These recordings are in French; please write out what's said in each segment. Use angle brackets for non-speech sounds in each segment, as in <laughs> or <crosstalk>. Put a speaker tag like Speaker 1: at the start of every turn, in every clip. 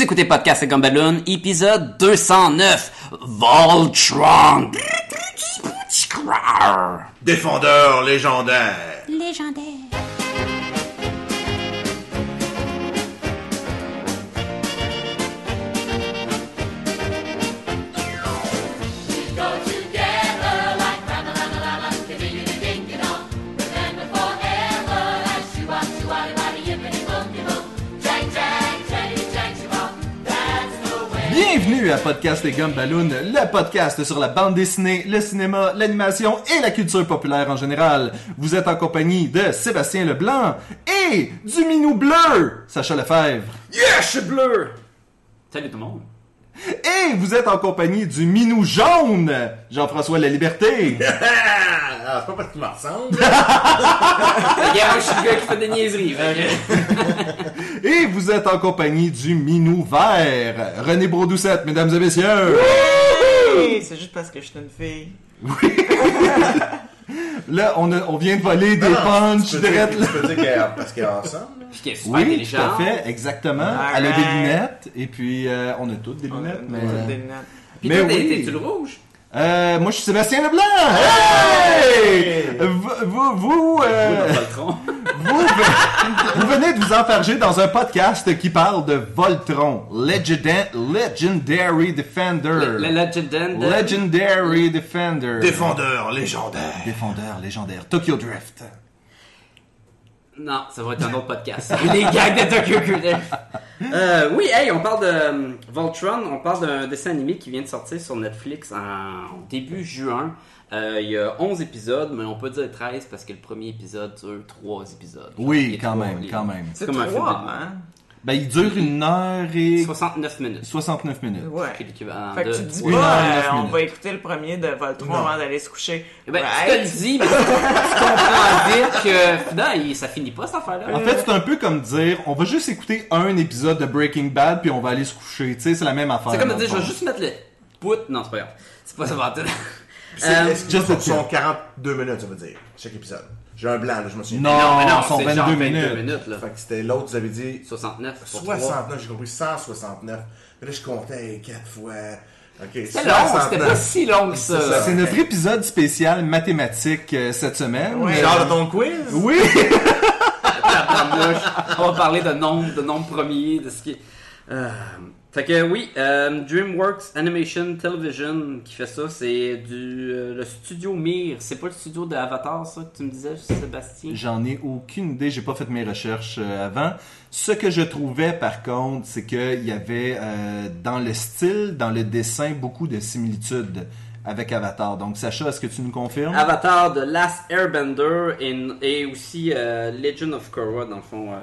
Speaker 1: écoutez Podcast et Gumballoon, épisode 209, Voltron.
Speaker 2: Défendeur légendaire.
Speaker 3: Légendaire.
Speaker 4: Bienvenue à Podcast Les Gommes Balloon, le podcast sur la bande dessinée, le cinéma, l'animation et la culture populaire en général. Vous êtes en compagnie de Sébastien Leblanc et du minou bleu, Sacha Lefebvre.
Speaker 2: Yes, je suis bleu.
Speaker 1: Salut tout le monde.
Speaker 4: Et vous êtes en compagnie du minou jaune, Jean-François La
Speaker 2: <laughs>
Speaker 4: Liberté.
Speaker 2: Ah, c'est pas parce que tu me ressembles.
Speaker 1: Ah, Regarde, je suis le gars qui fait des niaiseries. fait que-
Speaker 4: Et vous êtes en compagnie du minou vert, René Brodoucette, mesdames et messieurs.
Speaker 5: Hey, C'est juste parce que je suis une fille.
Speaker 4: Là, on, a- on vient de voler des
Speaker 2: Non,
Speaker 4: punchs
Speaker 2: tu peux dire-
Speaker 4: direct là.
Speaker 2: Tu peux dire qu'elle parce qu'elle est ensemble.
Speaker 1: Puis qui est super
Speaker 4: Oui, tout
Speaker 1: intelligent.
Speaker 4: à fait, exactement. Elle a des
Speaker 5: Alright.
Speaker 4: lunettes, et puis euh, on a toutes des
Speaker 5: On a-
Speaker 4: lunettes,
Speaker 5: on a
Speaker 4: mais... euh,
Speaker 5: toutes des lunettes.
Speaker 1: Puis
Speaker 4: Mais
Speaker 1: toi, t'es-
Speaker 4: oui.
Speaker 1: t'es-tu le rouge?
Speaker 4: Euh, moi, je suis Sébastien Leblanc! Hey! Vous, vous, vous, euh,
Speaker 1: Ou dans Voltron?
Speaker 4: vous, vous venez de vous enfarger dans un podcast qui parle de Voltron, Legenda-
Speaker 1: Le,
Speaker 4: Legendary
Speaker 1: le
Speaker 4: Defender.
Speaker 1: Legend.
Speaker 4: Legendary Defender.
Speaker 2: Défendeur légendaire.
Speaker 4: Défendeur légendaire. Tokyo Drift.
Speaker 1: Non, ça va être un autre
Speaker 5: <laughs>
Speaker 1: podcast. Les gags de Tokyo Ghoul. Euh, oui, hey, on parle de euh, Voltron, on parle d'un dessin animé qui vient de sortir sur Netflix en début juin. Euh, Il y a 11 épisodes, mais on peut dire 13 parce que le premier épisode dure 3 épisodes.
Speaker 4: Oui,
Speaker 1: Les
Speaker 4: quand
Speaker 1: trois,
Speaker 4: même,
Speaker 1: les-
Speaker 4: quand même.
Speaker 5: C'est
Speaker 1: comme un
Speaker 5: trois,
Speaker 1: film de-
Speaker 5: hein?
Speaker 4: Ben, il dure une heure et
Speaker 1: 69 minutes.
Speaker 4: 69 minutes.
Speaker 5: Ouais.
Speaker 1: Qui est l'équivalent
Speaker 5: Fait que
Speaker 1: de
Speaker 5: tu te dis
Speaker 1: trois
Speaker 4: Une heure et neuf
Speaker 5: pas, euh, on
Speaker 4: minutes.
Speaker 5: va écouter le premier de Voltron
Speaker 4: Non.
Speaker 5: avant d'aller se coucher.
Speaker 1: Eh Ben, Tu te
Speaker 5: Right?
Speaker 1: le dis, mais tu comprends vite que finalement, il- ça finit pas cette affaire-là.
Speaker 4: En fait, c'est un peu comme dire, on va juste écouter un épisode de Breaking Bad, puis on va aller se coucher. Tu sais, c'est la même affaire.
Speaker 1: c'est comme de
Speaker 4: dans
Speaker 1: dire,
Speaker 4: le
Speaker 1: je vais
Speaker 4: fond.
Speaker 1: juste mettre le bout. Non, c'est pas grave. C'est pas ça, Valentine.
Speaker 2: C'est-
Speaker 1: Euh,
Speaker 2: est-ce qu'ils
Speaker 4: just
Speaker 2: sont,
Speaker 4: a
Speaker 2: sont 42 minutes, ça veut dire, chaque épisode. J'ai un blanc, là, je me souviens.
Speaker 4: Non,
Speaker 1: mais
Speaker 4: non, sont
Speaker 1: c'est genre 22
Speaker 4: 22 minutes.
Speaker 1: minutes là.
Speaker 2: Fait que c'était l'autre, vous avez dit
Speaker 1: 69 pour trois.
Speaker 2: 69, j'ai compris 169. Mais là, je comptais 4 fois. Ok,
Speaker 1: C'était long, c'était pas si long que
Speaker 2: C'est
Speaker 1: ça.
Speaker 2: ça.
Speaker 4: C'est notre épisode spécial mathématiques euh, cette semaine.
Speaker 5: Ouais.
Speaker 4: Euh,
Speaker 2: Genre de ton quiz?
Speaker 4: Oui!
Speaker 1: Tabarnouche. <laughs> On va parler de nombre, de nombre premier, de ce qui. Euh, Fait que oui, euh, DreamWorks Animation Television qui fait ça, c'est du euh, le studio Mir. C'est pas le studio d'Avatar, ça que tu me disais, Sébastien.
Speaker 4: J'en ai aucune idée, j'ai pas fait mes recherches euh, avant. Ce que je trouvais par contre, c'est qu'il y avait euh, dans le style, dans le dessin, beaucoup de similitudes avec Avatar. Donc Sacha, est-ce que tu nous
Speaker 1: <laughs>
Speaker 4: confirmes?
Speaker 1: Avatar de Last Airbender et, et aussi euh, Legend of Korra dans le fond. euh,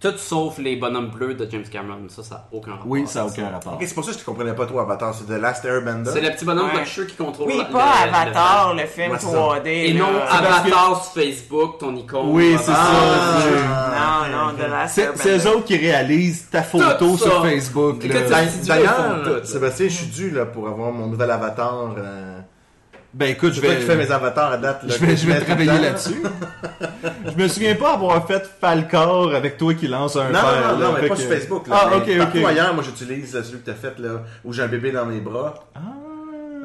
Speaker 1: tout sauf les bonhommes bleus de James Cameron. Ça, Ah, ça n'a aucun rapport.
Speaker 4: oui, ça n'a aucun rapport.
Speaker 2: Ok, c'est pour ça que je te comprenais pas, toi, Avatar. C'est The Last Airbender.
Speaker 1: C'est le petit bonhomme
Speaker 5: Ouais.
Speaker 1: fâcheux qui contrôle
Speaker 5: Oui,
Speaker 1: la-
Speaker 5: pas
Speaker 1: le- le-
Speaker 5: Avatar, le film
Speaker 2: Ouais, c'est ça.
Speaker 5: 3D.
Speaker 1: Et
Speaker 5: là.
Speaker 1: non
Speaker 5: Ah,
Speaker 4: parce que-
Speaker 1: Avatar sur Facebook, ton icône.
Speaker 4: Oui, c'est
Speaker 1: Avatar.
Speaker 4: ça. c'est-
Speaker 2: Ah,
Speaker 5: Non, non,
Speaker 2: ok,
Speaker 5: de
Speaker 2: ok.
Speaker 5: la
Speaker 4: C'est
Speaker 2: ben
Speaker 4: c'est eux autres qui réalisent ta
Speaker 1: Tout
Speaker 4: photo
Speaker 1: ça.
Speaker 4: sur Facebook.
Speaker 1: Et
Speaker 4: là.
Speaker 1: que tu-
Speaker 2: Ben,
Speaker 1: C'est du vrai, ils font
Speaker 2: D'ailleurs,
Speaker 1: tout,
Speaker 2: Sébastien, je suis dû là, pour avoir mon nouvel avatar. euh,
Speaker 4: Ben écoute, je
Speaker 2: C'est toi
Speaker 4: vais,
Speaker 2: qui fais mes Ben, avatars à date. Là,
Speaker 4: je vais,
Speaker 2: que
Speaker 4: je vais
Speaker 2: mets tout le
Speaker 4: travailler
Speaker 2: temps.
Speaker 4: là-dessus. <laughs> je me souviens pas avoir fait Falcor avec toi qui lance un
Speaker 2: Non, non,
Speaker 4: verre,
Speaker 2: non, non,
Speaker 4: là,
Speaker 2: mais
Speaker 4: fait
Speaker 2: pas
Speaker 4: que-
Speaker 2: sur Facebook. Là,
Speaker 4: Ah,
Speaker 2: mais
Speaker 4: ok,
Speaker 2: partout
Speaker 4: ok.
Speaker 2: ailleurs, moi, j'utilise euh, celui que t'as fait là, où j'ai un bébé dans mes bras,
Speaker 4: Ah.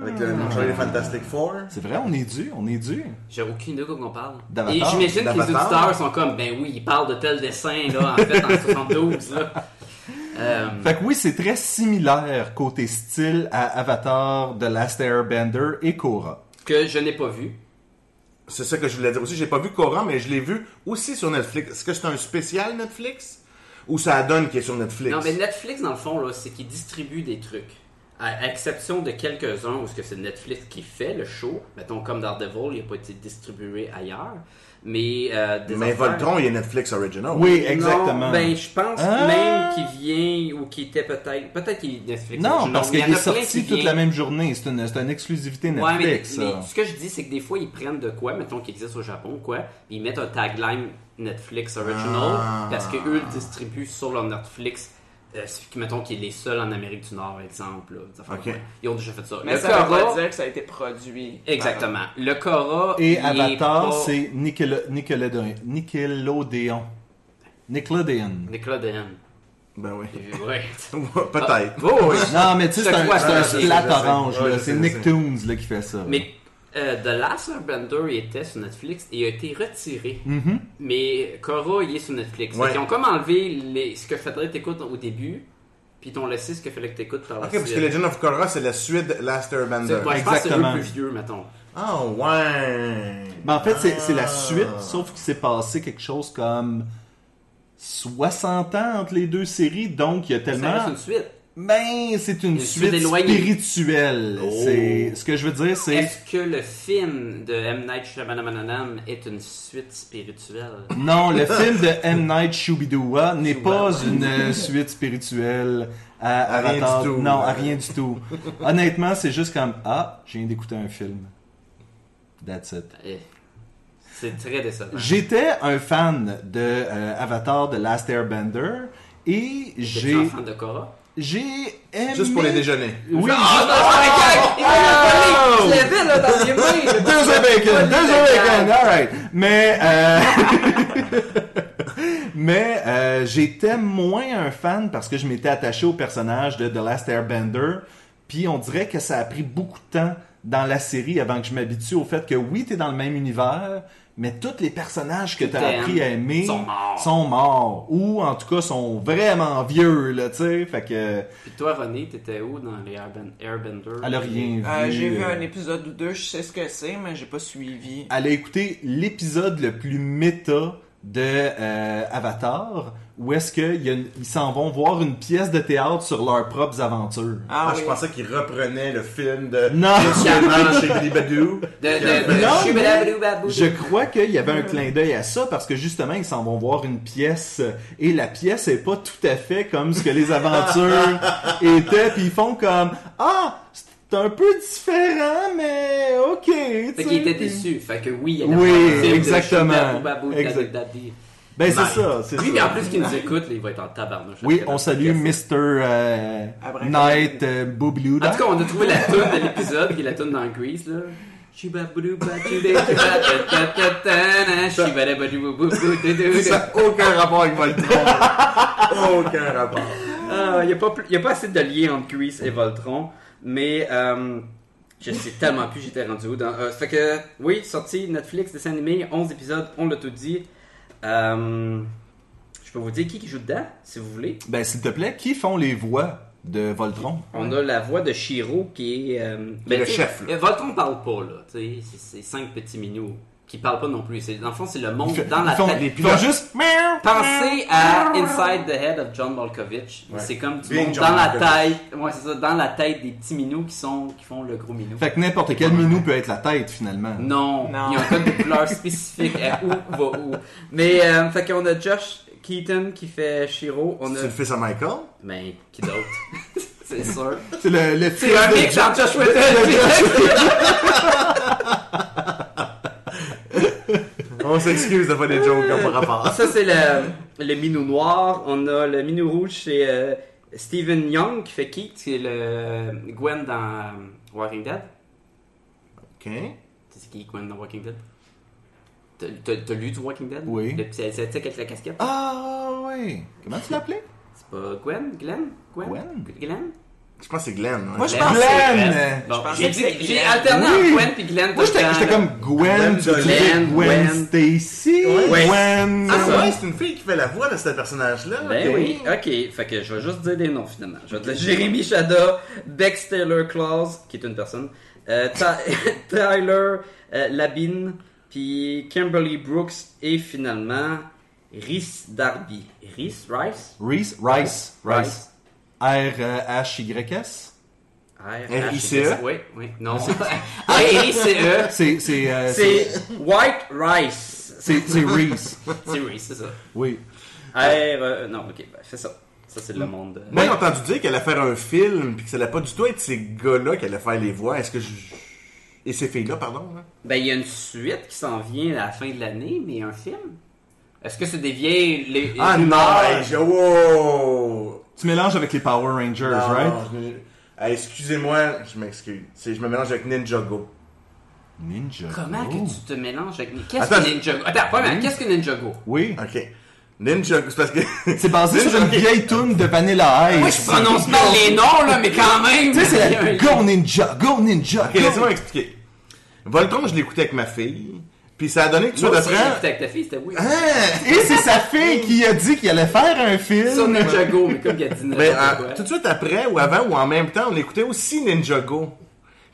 Speaker 2: avec le, mon chevalier Fantastic Four.
Speaker 4: C'est vrai, on est dû, on est dû.
Speaker 1: J'ai aucune idée de quoi on parle.
Speaker 4: D'Avatar.
Speaker 1: Et j'imagine que les
Speaker 2: D'Avatar.
Speaker 1: auditeurs sont comme, ben oui, ils parlent de tel dessin, là, en fait, en 72,
Speaker 2: <laughs>
Speaker 1: là. Euh,
Speaker 4: Fait que oui, c'est très similaire côté style à Avatar, The Last Airbender et Korra.
Speaker 1: que je n'ai pas vu.
Speaker 2: C'est ça que je voulais dire aussi. J'ai pas vu Coran, mais je l'ai vu aussi sur Netflix. Est-ce que c'est un spécial Netflix ou ça donne qu'il est sur Netflix
Speaker 1: Non, mais Netflix, dans le fond, là, c'est qu'ils distribuent des trucs. À exception de quelques-uns où ce que c'est Netflix qui fait le show. Mettons, comme Daredevil, il n'a pas été distribué ailleurs. Mais, euh, des
Speaker 2: Mais
Speaker 1: affaires-
Speaker 2: Voltron, il est Netflix Original.
Speaker 4: Oui, exactement.
Speaker 1: Non, ben, je pense
Speaker 4: Ah.
Speaker 1: même qu'il vient ou qu'il était peut-être. Peut-être qu'il est Netflix.
Speaker 4: Non,
Speaker 1: original,
Speaker 4: parce
Speaker 1: mais
Speaker 4: qu'il
Speaker 1: il y en
Speaker 4: est
Speaker 1: a plein qui
Speaker 4: sorti toute
Speaker 1: vient-
Speaker 4: la même journée. C'est une, c'est une exclusivité
Speaker 1: Ouais, mais-
Speaker 4: Netflix.
Speaker 1: mais,
Speaker 4: ça.
Speaker 1: ce que je dis, c'est que des fois, ils prennent de quoi, mettons, qui existe au Japon, quoi, puis ils mettent un tagline Netflix Original,
Speaker 2: Ah.
Speaker 1: parce que eux le distribuent sur leur Netflix, euh, ce qui, mettons, qui est les seuls en Amérique du Nord, exemple. là, des affaires
Speaker 2: Ok.
Speaker 1: de même. Ils ont déjà fait ça.
Speaker 5: Mais
Speaker 1: le
Speaker 5: ça veut
Speaker 1: Korra-
Speaker 5: pas dire que ça a été produit.
Speaker 1: Exactement. Le Cora
Speaker 4: Et Avatar, c'est Nickel- Nickelodeon. Nickelodeon. Nickelodeon. <laughs>
Speaker 1: Nickelodeon.
Speaker 2: Ben oui. <laughs>
Speaker 1: Ouais.
Speaker 2: Peut-être.
Speaker 1: Oh,
Speaker 4: <laughs>
Speaker 1: oui.
Speaker 4: Non, mais tu sais, c'est
Speaker 1: Je
Speaker 4: un,
Speaker 1: crois
Speaker 4: c'est un
Speaker 1: que c'est-
Speaker 2: je
Speaker 4: splat
Speaker 2: sais.
Speaker 4: orange,
Speaker 2: Ouais,
Speaker 4: là.
Speaker 2: je sais,
Speaker 4: C'est
Speaker 2: je
Speaker 4: Nick
Speaker 2: sais.
Speaker 4: Toons, là, qui fait ça.
Speaker 1: Mais euh, The Last Airbender il était sur Netflix et a été retiré. Mais Korra, il est sur Netflix.
Speaker 2: Ouais.
Speaker 1: Ils ont comme enlevé les- ce que faudrait t'écoutes au début, puis ils t'ont laissé ce que fallait que t'écoutes par la
Speaker 2: Ok, parce que
Speaker 1: suite.
Speaker 2: Legend of Korra, c'est la suite de Last
Speaker 1: C'est-
Speaker 2: Airbender.
Speaker 1: ouais, je pense que c'est eux
Speaker 4: Exactement.
Speaker 1: plus vieux, mettons.
Speaker 2: Ah ouais.
Speaker 4: Ben, en fait, c'est c'est la
Speaker 2: Ah.
Speaker 4: suite, sauf qu'il s'est passé quelque chose comme 60 ans entre les deux séries, donc il y a
Speaker 1: Ça reste
Speaker 4: tellement...
Speaker 1: une suite.
Speaker 4: Ben, c'est une
Speaker 1: Une suite
Speaker 4: suite
Speaker 1: éloignée.
Speaker 4: spirituelle.
Speaker 1: Oh.
Speaker 4: C'est Ce que je veux dire, c'est...
Speaker 1: Est-ce que le film de M. Night Shyamalan est une suite spirituelle?
Speaker 4: Non, le film de M. Night Shyamalan n'est pas
Speaker 1: Shyamalan.
Speaker 4: une euh, suite spirituelle à,
Speaker 2: À rien du
Speaker 4: Avatar.
Speaker 2: tout.
Speaker 4: Non, à rien du tout. Honnêtement, c'est juste comme ah, je viens d'écouter un film. That's it.
Speaker 1: Eh, C'est très décevant.
Speaker 4: J'étais un fan de euh, Avatar, de Last Airbender, et
Speaker 1: J'ai
Speaker 4: j'ai
Speaker 1: enfant de Korra.
Speaker 4: j'ai aimé.
Speaker 2: Juste pour les déjeuners.
Speaker 4: Oui.
Speaker 1: Ah, non, c'est un gag! Il m'a volé! Je l'avais, là, dans les mains!
Speaker 4: Deux œufs bacon, deux œufs bacon, alright. Mais, euh, <laughs> mais euh, j'étais moins un fan parce que je m'étais attaché au personnage de The Last Airbender. Puis on dirait que ça a pris beaucoup de temps dans la série avant que je m'habitue au fait que oui, t'es dans le même univers, mais tous les personnages que t'as
Speaker 1: t'aimes
Speaker 4: appris à aimer
Speaker 1: sont morts.
Speaker 4: sont morts. Ou en tout cas sont vraiment vieux, là, tu sais. Fait que
Speaker 1: Puis toi, René, t'étais où dans les Airben- Airbender?
Speaker 4: elle a rien
Speaker 5: Euh,
Speaker 4: vu.
Speaker 5: J'ai vu
Speaker 4: euh,
Speaker 5: un épisode ou deux, je sais ce que c'est, mais j'ai pas suivi.
Speaker 4: elle a écouté l'épisode le plus méta de euh, Avatar, où est-ce qu'ils s'en vont voir une pièce de théâtre sur leurs propres aventures.
Speaker 5: Ah,
Speaker 2: Ah, je
Speaker 5: oui.
Speaker 2: pensais qu'il reprenait le film de.
Speaker 4: Non.
Speaker 2: Je suis allemand chez Billy Badou.
Speaker 1: De, de, de,
Speaker 4: Non, mais-
Speaker 1: Shubidabidubabou.
Speaker 4: Je crois qu'il y avait un clin d'œil à ça parce que justement ils s'en vont voir une pièce et la pièce est pas tout à fait comme ce que
Speaker 1: <laughs>
Speaker 4: les aventures étaient puis ils font comme ah c'est un peu différent mais ok tu
Speaker 1: Fait
Speaker 4: sais,
Speaker 1: qu'il était
Speaker 4: puis-
Speaker 1: déçu. Fait que oui, il y
Speaker 4: Oui,
Speaker 1: avait
Speaker 4: exactement. Exact.
Speaker 1: Exact.
Speaker 4: ben c'est
Speaker 2: Nice.
Speaker 4: ça c'est
Speaker 1: Lui,
Speaker 4: ça.
Speaker 1: mais en plus qu'il nous écoute, là, il va être en tabarnouche.
Speaker 4: Oui,
Speaker 1: Après,
Speaker 4: on
Speaker 1: dans
Speaker 4: salue
Speaker 1: le podcast.
Speaker 4: Mr. euh,
Speaker 5: Abracadabra.
Speaker 4: Knight euh, Boobluda.
Speaker 1: En tout cas, on a trouvé la toune de l'épisode, qui est la toune dans Grease, là. Shubabadoubatoubatoubatatatatana, shubadabadoubouboubouboudoudou. <laughs>
Speaker 2: Ça n'a aucun rapport avec Voltaire. aucun rapport.
Speaker 1: Ah, Il n'y a, pas plus- il y a pas assez de lien entre Grease et Voltron, mais euh, je sais tellement plus j'étais rendu où. Dans, euh, fait que, oui, sorti Netflix, dessin animé, 11 épisodes, on l'a tout dit. Euh, je peux vous dire qui, qui joue dedans, si vous voulez.
Speaker 4: Ben, s'il te plaît, qui font les voix de Voltron?
Speaker 1: On a la voix de Shiro qui est... euh, ben,
Speaker 2: Le
Speaker 1: tu sais,
Speaker 2: chef, là.
Speaker 1: euh, Voltron parle pas, là. tu sais, C'est c'est cinq petits minous qui parlent pas non plus. C'est- Dans le fond, c'est le monde
Speaker 4: Ils font-
Speaker 1: dans la
Speaker 4: ils font,
Speaker 1: tête.
Speaker 4: ils font juste...
Speaker 1: Pensez à Inside the Head of John Malkovich.
Speaker 2: Ouais.
Speaker 1: C'est comme du
Speaker 2: Being
Speaker 1: monde
Speaker 2: John
Speaker 1: dans la
Speaker 2: Malkovich.
Speaker 1: tête. Ouais, c'est ça, dans la tête des petits minous qui sont qui font le gros minou.
Speaker 4: Fait que n'importe quel minou peut être la tête, finalement.
Speaker 1: Mm. Non,
Speaker 5: Non.
Speaker 1: il y a un code de couleur spécifique à où va où. Mais euh, fait qu'on a Josh Keaton qui fait Shiro, on a
Speaker 2: C'est le fils à Michael?
Speaker 1: mais qui <laughs> d'autre C'est sûr.
Speaker 4: C'est le, le
Speaker 1: C'est un
Speaker 4: fils de-
Speaker 1: mix entre Josh Whedon.
Speaker 2: On s'excuse de faire des jokes comme rapport.
Speaker 1: Ça c'est le le minou noir, on a le minou rouge c'est euh, Steven Young qui fait Keith, c'est le Gwen dans euh, Walking Dead.
Speaker 2: Ok.
Speaker 1: Tu sais qui Gwen dans Walking Dead? T'as- T'as t'as lu du Walking Dead?
Speaker 4: Oui.
Speaker 1: Le petit asiatique avec la casquette?
Speaker 4: Ah, oui. Comment tu l'appelais?
Speaker 1: C'est pas Gwen? Glenn? Gwen?
Speaker 4: Gwen?
Speaker 1: Glenn?
Speaker 2: Je pense que c'est Glenn. hein. ouais.
Speaker 5: Moi, je
Speaker 1: Glenn,
Speaker 5: pense-
Speaker 1: c'est
Speaker 4: Glenn.
Speaker 1: Bon,
Speaker 5: Je pensais
Speaker 1: j'ai
Speaker 5: que
Speaker 1: dit-
Speaker 5: c'était
Speaker 1: j'ai
Speaker 5: Glenn.
Speaker 1: alterné
Speaker 4: Oui.
Speaker 1: en Gwen puis Glenn.
Speaker 4: Moi, j'étais
Speaker 1: tout le
Speaker 4: j'étais
Speaker 1: temps, là.
Speaker 4: comme Gwen,
Speaker 2: Gwen
Speaker 4: tu dis Gwen,
Speaker 1: Glenn, Gwen.
Speaker 4: Stacy,
Speaker 1: Ouais.
Speaker 4: Gwen... euh,
Speaker 2: Ah
Speaker 1: Ah,
Speaker 2: ouais, c'est une fille qui fait la voix de ce personnage-là.
Speaker 1: Ben
Speaker 2: ok.
Speaker 1: oui, ok. Fait que je vais juste dire des noms finalement. Je vais te dire Jérémy Shada, Bex Taylor Claus, qui est une personne, euh, Ty- <laughs> Tyler euh, Labine, puis Kimberly Brooks et finalement Rhys Darby. Rhys? Rice?
Speaker 4: Reese, Rice, Rice. E, R-H-Y-S.
Speaker 2: R-I-C-E?
Speaker 1: E. Oui, oui. Non. <laughs> R-I-C-E.
Speaker 4: C'est... C'est... euh,
Speaker 1: E, C'est White Rice.
Speaker 4: C'est c'est Reese.
Speaker 1: C'est Rice, c'est ça.
Speaker 4: Oui.
Speaker 1: R. euh, non, ok, ben, fais ça. Ça, c'est le monde. euh,
Speaker 2: Moi, j'ai entendu dire qu'elle allait faire un film puis que ça allait pas du tout être ces gars-là qui allaient faire les voix. Est-ce que je. Et ces filles-là, pardon. hein?
Speaker 1: Ben, il y a une suite qui s'en vient à la fin de l'année, mais un film. Est-ce que c'est des vieilles. Les,
Speaker 2: Ah
Speaker 1: les-
Speaker 2: non! je- Wow!
Speaker 4: Tu mélanges avec les Power Rangers,
Speaker 2: Non,
Speaker 4: right?
Speaker 2: non, je- je- Hey, Excusez-moi, je m'excuse. C'est- Je me mélange avec Ninjago.
Speaker 4: Ninja.
Speaker 1: Comment
Speaker 4: Go. Oh.
Speaker 1: que tu te mélanges avec. mais Qu'est-ce
Speaker 2: Attends,
Speaker 1: que Ninjago Attends, pas mal, qu'est-ce que Ninjago
Speaker 4: Oui.
Speaker 2: Ok. Ninja. C'est parce que.
Speaker 4: C'est basé sur
Speaker 2: Ninja-
Speaker 4: une vieille toune de Vanilla Ice.
Speaker 1: Moi, je prononce mal les noms, là, mais quand même.
Speaker 4: Tu sais, c'est la Go Ninja, Go Ninja.
Speaker 2: Ok,
Speaker 4: Go-
Speaker 2: laissez-moi expliquer. Voltron, je l'écoutais avec ma fille. Puis ça a donné que
Speaker 1: Moi
Speaker 2: sur le
Speaker 1: aussi, j'ai écouté
Speaker 2: train.
Speaker 1: avec ta fille, c'était oui.
Speaker 4: Et c'est sa fille qui a dit qu'il allait faire un
Speaker 1: Sur
Speaker 4: film.
Speaker 1: Ninja Go, mais comme il a dit
Speaker 2: Ben,
Speaker 1: n'importe
Speaker 2: à-
Speaker 1: quoi.
Speaker 2: tout de suite après, ou avant, ou en même temps, on écoutait aussi Ninjago.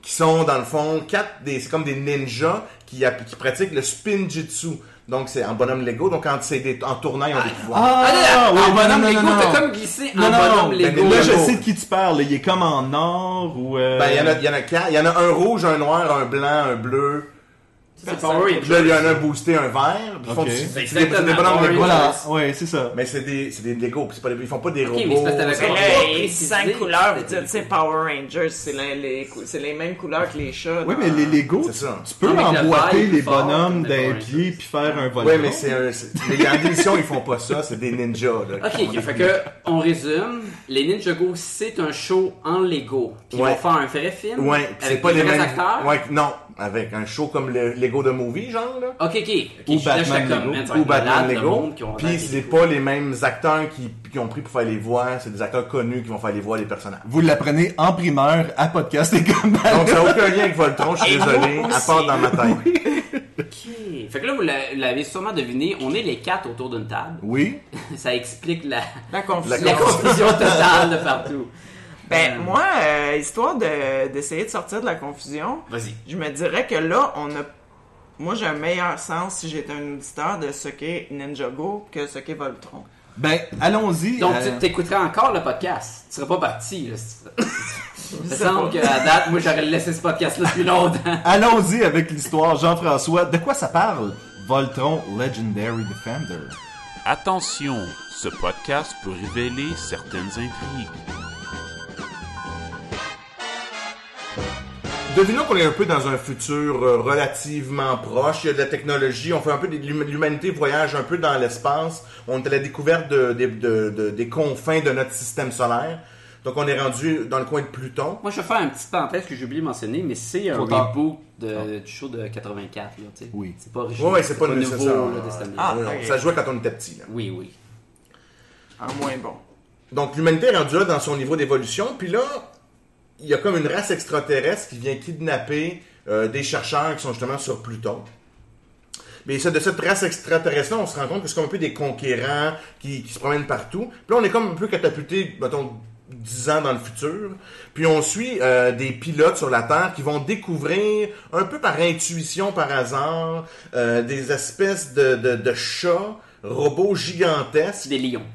Speaker 2: Qui sont, dans le fond, quatre des. C'est comme des ninjas qui, app- qui pratiquent le spin jutsu. Donc, c'est en bonhomme Lego. Donc, quand c'est des, en tournant, ils ont des
Speaker 1: Ah.
Speaker 2: pouvoirs.
Speaker 1: Allez,
Speaker 2: Ah,
Speaker 1: là,
Speaker 4: ouais,
Speaker 1: en
Speaker 4: non,
Speaker 1: bonhomme
Speaker 4: Ah, non,
Speaker 1: Lego,
Speaker 4: non, non.
Speaker 1: t'as comme glissé en
Speaker 4: Non, non,
Speaker 1: bonhomme
Speaker 4: ben,
Speaker 1: Lego.
Speaker 4: Là, je
Speaker 2: Lego.
Speaker 4: sais de qui tu parles. Il est comme en or ou. euh,
Speaker 2: Ben, il y, en a- il y en a quatre. Il y en a un rouge, un noir, un blanc, un bleu.
Speaker 1: C'est Power
Speaker 2: Puis là, il y en a un boosté, un vert. Puis ils font
Speaker 4: Ok.
Speaker 2: du- c'est des- c'est
Speaker 1: Ben, Exactement.
Speaker 2: des bonhommes
Speaker 1: Ouais.
Speaker 2: Lego.
Speaker 4: Voilà, ouais, c'est ça.
Speaker 2: Mais c'est des, c'est des Lego, puis c'est pas des- ils font pas des robots.
Speaker 1: mais c'est parce que t'avais
Speaker 2: c'est
Speaker 1: raison.
Speaker 2: pas-
Speaker 5: Les
Speaker 1: précisé,
Speaker 5: cinq couleurs, vous
Speaker 1: c'était-
Speaker 5: dites, tu sais, Power Rangers, c'est les, les cou- c'est les mêmes couleurs que les chats.
Speaker 4: Oui,
Speaker 5: dans-
Speaker 4: mais les Lego,
Speaker 2: Ah, C'est ça.
Speaker 4: tu peux
Speaker 1: Avec la
Speaker 4: emboîter
Speaker 1: paille
Speaker 4: les
Speaker 1: fort,
Speaker 4: bonhommes
Speaker 1: comme des
Speaker 4: d'un
Speaker 1: Power
Speaker 4: pied puis faire un volet.
Speaker 2: Ouais, mais c'est un. c'est- Mais en édition, ils font pas ça, c'est des ninjas, là.
Speaker 1: Ok, ok, fait que, on résume. Les Ninjago, c'est un show en Lego. Puis
Speaker 2: Ouais.
Speaker 1: ils vont faire un vrai film.
Speaker 2: Ouais, puis c'est
Speaker 1: avec
Speaker 2: pas
Speaker 1: des
Speaker 2: les
Speaker 1: vrais
Speaker 2: mêmes.
Speaker 1: acteurs.
Speaker 2: Ouais, non, avec un show comme le Lego de Movie, genre, là.
Speaker 1: Ok, ok. ok,
Speaker 4: Ou
Speaker 1: je suis là, j'étais
Speaker 4: Batman
Speaker 1: comme,
Speaker 4: Lego.
Speaker 1: man, ça va
Speaker 2: Ou
Speaker 1: être malade,
Speaker 2: Batman
Speaker 1: le
Speaker 2: Lego.
Speaker 1: monde qui ont
Speaker 2: Puis
Speaker 1: attaqué
Speaker 2: c'est
Speaker 1: Lego.
Speaker 2: pas les mêmes acteurs qui, qui ont pris pour faire les voix, c'est des acteurs connus qui vont faire les voix des personnages.
Speaker 1: <laughs>
Speaker 4: Vous l'apprenez en primeur à podcast et comme
Speaker 2: Donc ça n'a aucun lien avec Voltron, je suis
Speaker 5: Et moi
Speaker 2: désolé, à
Speaker 5: aussi.
Speaker 2: part dans ma tête.
Speaker 1: Ok. Fait que là, vous l'a- l'avez sûrement deviné, on est les quatre autour d'une table. <laughs>
Speaker 2: Oui.
Speaker 1: Ça explique la,
Speaker 5: La confusion.
Speaker 1: la confusion totale de partout.
Speaker 5: Ben,
Speaker 1: Euh,
Speaker 5: moi, euh, histoire de- d'essayer de, sortir de la confusion,
Speaker 1: Vas-y.
Speaker 5: je me dirais que là, on a. Moi, j'ai un meilleur sens si j'étais un auditeur de ce qu'est Ninjago que ce qu'est Voltron.
Speaker 4: Ben, allons-y.
Speaker 1: Donc,
Speaker 4: euh,
Speaker 1: tu t'écouterais encore le podcast. Tu serais pas parti. Là. Il me
Speaker 5: sais
Speaker 1: semble
Speaker 5: pas.
Speaker 1: qu'à date, moi, j'aurais laissé ce podcast-là depuis longtemps.
Speaker 4: Allons-y avec l'histoire, Jean-François. De quoi ça parle? Voltron Legendary Defender.
Speaker 3: Attention, ce podcast peut révéler certaines intrigues.
Speaker 2: Devinons qu'on est un peu dans un futur euh, relativement proche. Il y a de la technologie. On fait un peu des- l'hum- l'humanité voyage un peu dans l'espace. On est à la découverte de- des- de- de- des confins de notre système solaire. Donc on est rendu dans le coin de Pluton.
Speaker 1: Moi, je vais faire un petit parenthèse que j'ai oublié de mentionner, mais c'est un
Speaker 4: Trop tard.
Speaker 1: reboot de, du show de 84. Là, tu sais.
Speaker 4: Oui.
Speaker 1: C'est pas original.
Speaker 2: Ouais, ouais, c'est pas, une- c'est
Speaker 1: nouveau
Speaker 2: ça,
Speaker 1: là, de cette année.
Speaker 5: Ah.
Speaker 2: Ouais, on-
Speaker 5: ok.
Speaker 2: ça jouait quand on était petit. là.
Speaker 1: Oui, oui.
Speaker 5: En moins bon.
Speaker 2: Donc l'humanité est rendue là dans son niveau d'évolution. Puis là, il y a comme une race extraterrestre qui vient kidnapper euh, des chercheurs qui sont justement sur Pluton. Mais ça, de cette race extraterrestre-là, on se rend compte que c'est comme un peu des conquérants qui, qui se promènent partout. Puis là, on est comme un peu catapulté, mettons, 10 ans dans le futur. Puis on suit euh, des pilotes sur la Terre qui vont découvrir, un peu par intuition, par hasard, euh, des espèces de, de, de chats, robots gigantesques.
Speaker 1: Des lions.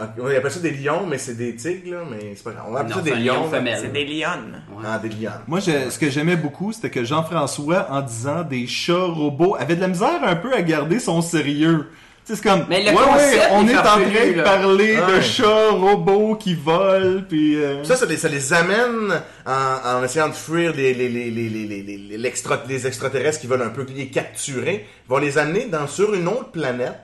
Speaker 2: Ah, On appelle ça des lions, mais c'est des tigres, là, mais c'est pas grave. On appelle
Speaker 1: Non,
Speaker 2: ça
Speaker 1: c'est
Speaker 2: des
Speaker 1: un lion
Speaker 2: lions.
Speaker 1: femelle.
Speaker 5: C'est des lionnes.
Speaker 2: Ah, des lions.
Speaker 4: Moi, je- ce que j'aimais beaucoup, c'était que Jean-François, en disant des chats robots, avait de la misère un peu à garder son sérieux. Tu sais, C'est comme,
Speaker 1: Mais le
Speaker 4: ouais,
Speaker 1: concept
Speaker 4: ouais, on
Speaker 1: est
Speaker 4: est en train
Speaker 1: farfelu,
Speaker 4: de
Speaker 1: là.
Speaker 4: parler de
Speaker 2: Ouais.
Speaker 4: chats robots qui volent, puis... euh,
Speaker 2: Ça, ça les, ça les amène en, en essayant de fuir les, les, les, les, les, les, les- les extra- les extraterrestres qui veulent un peu les capturer. Ils vont les amener dans, sur une autre planète.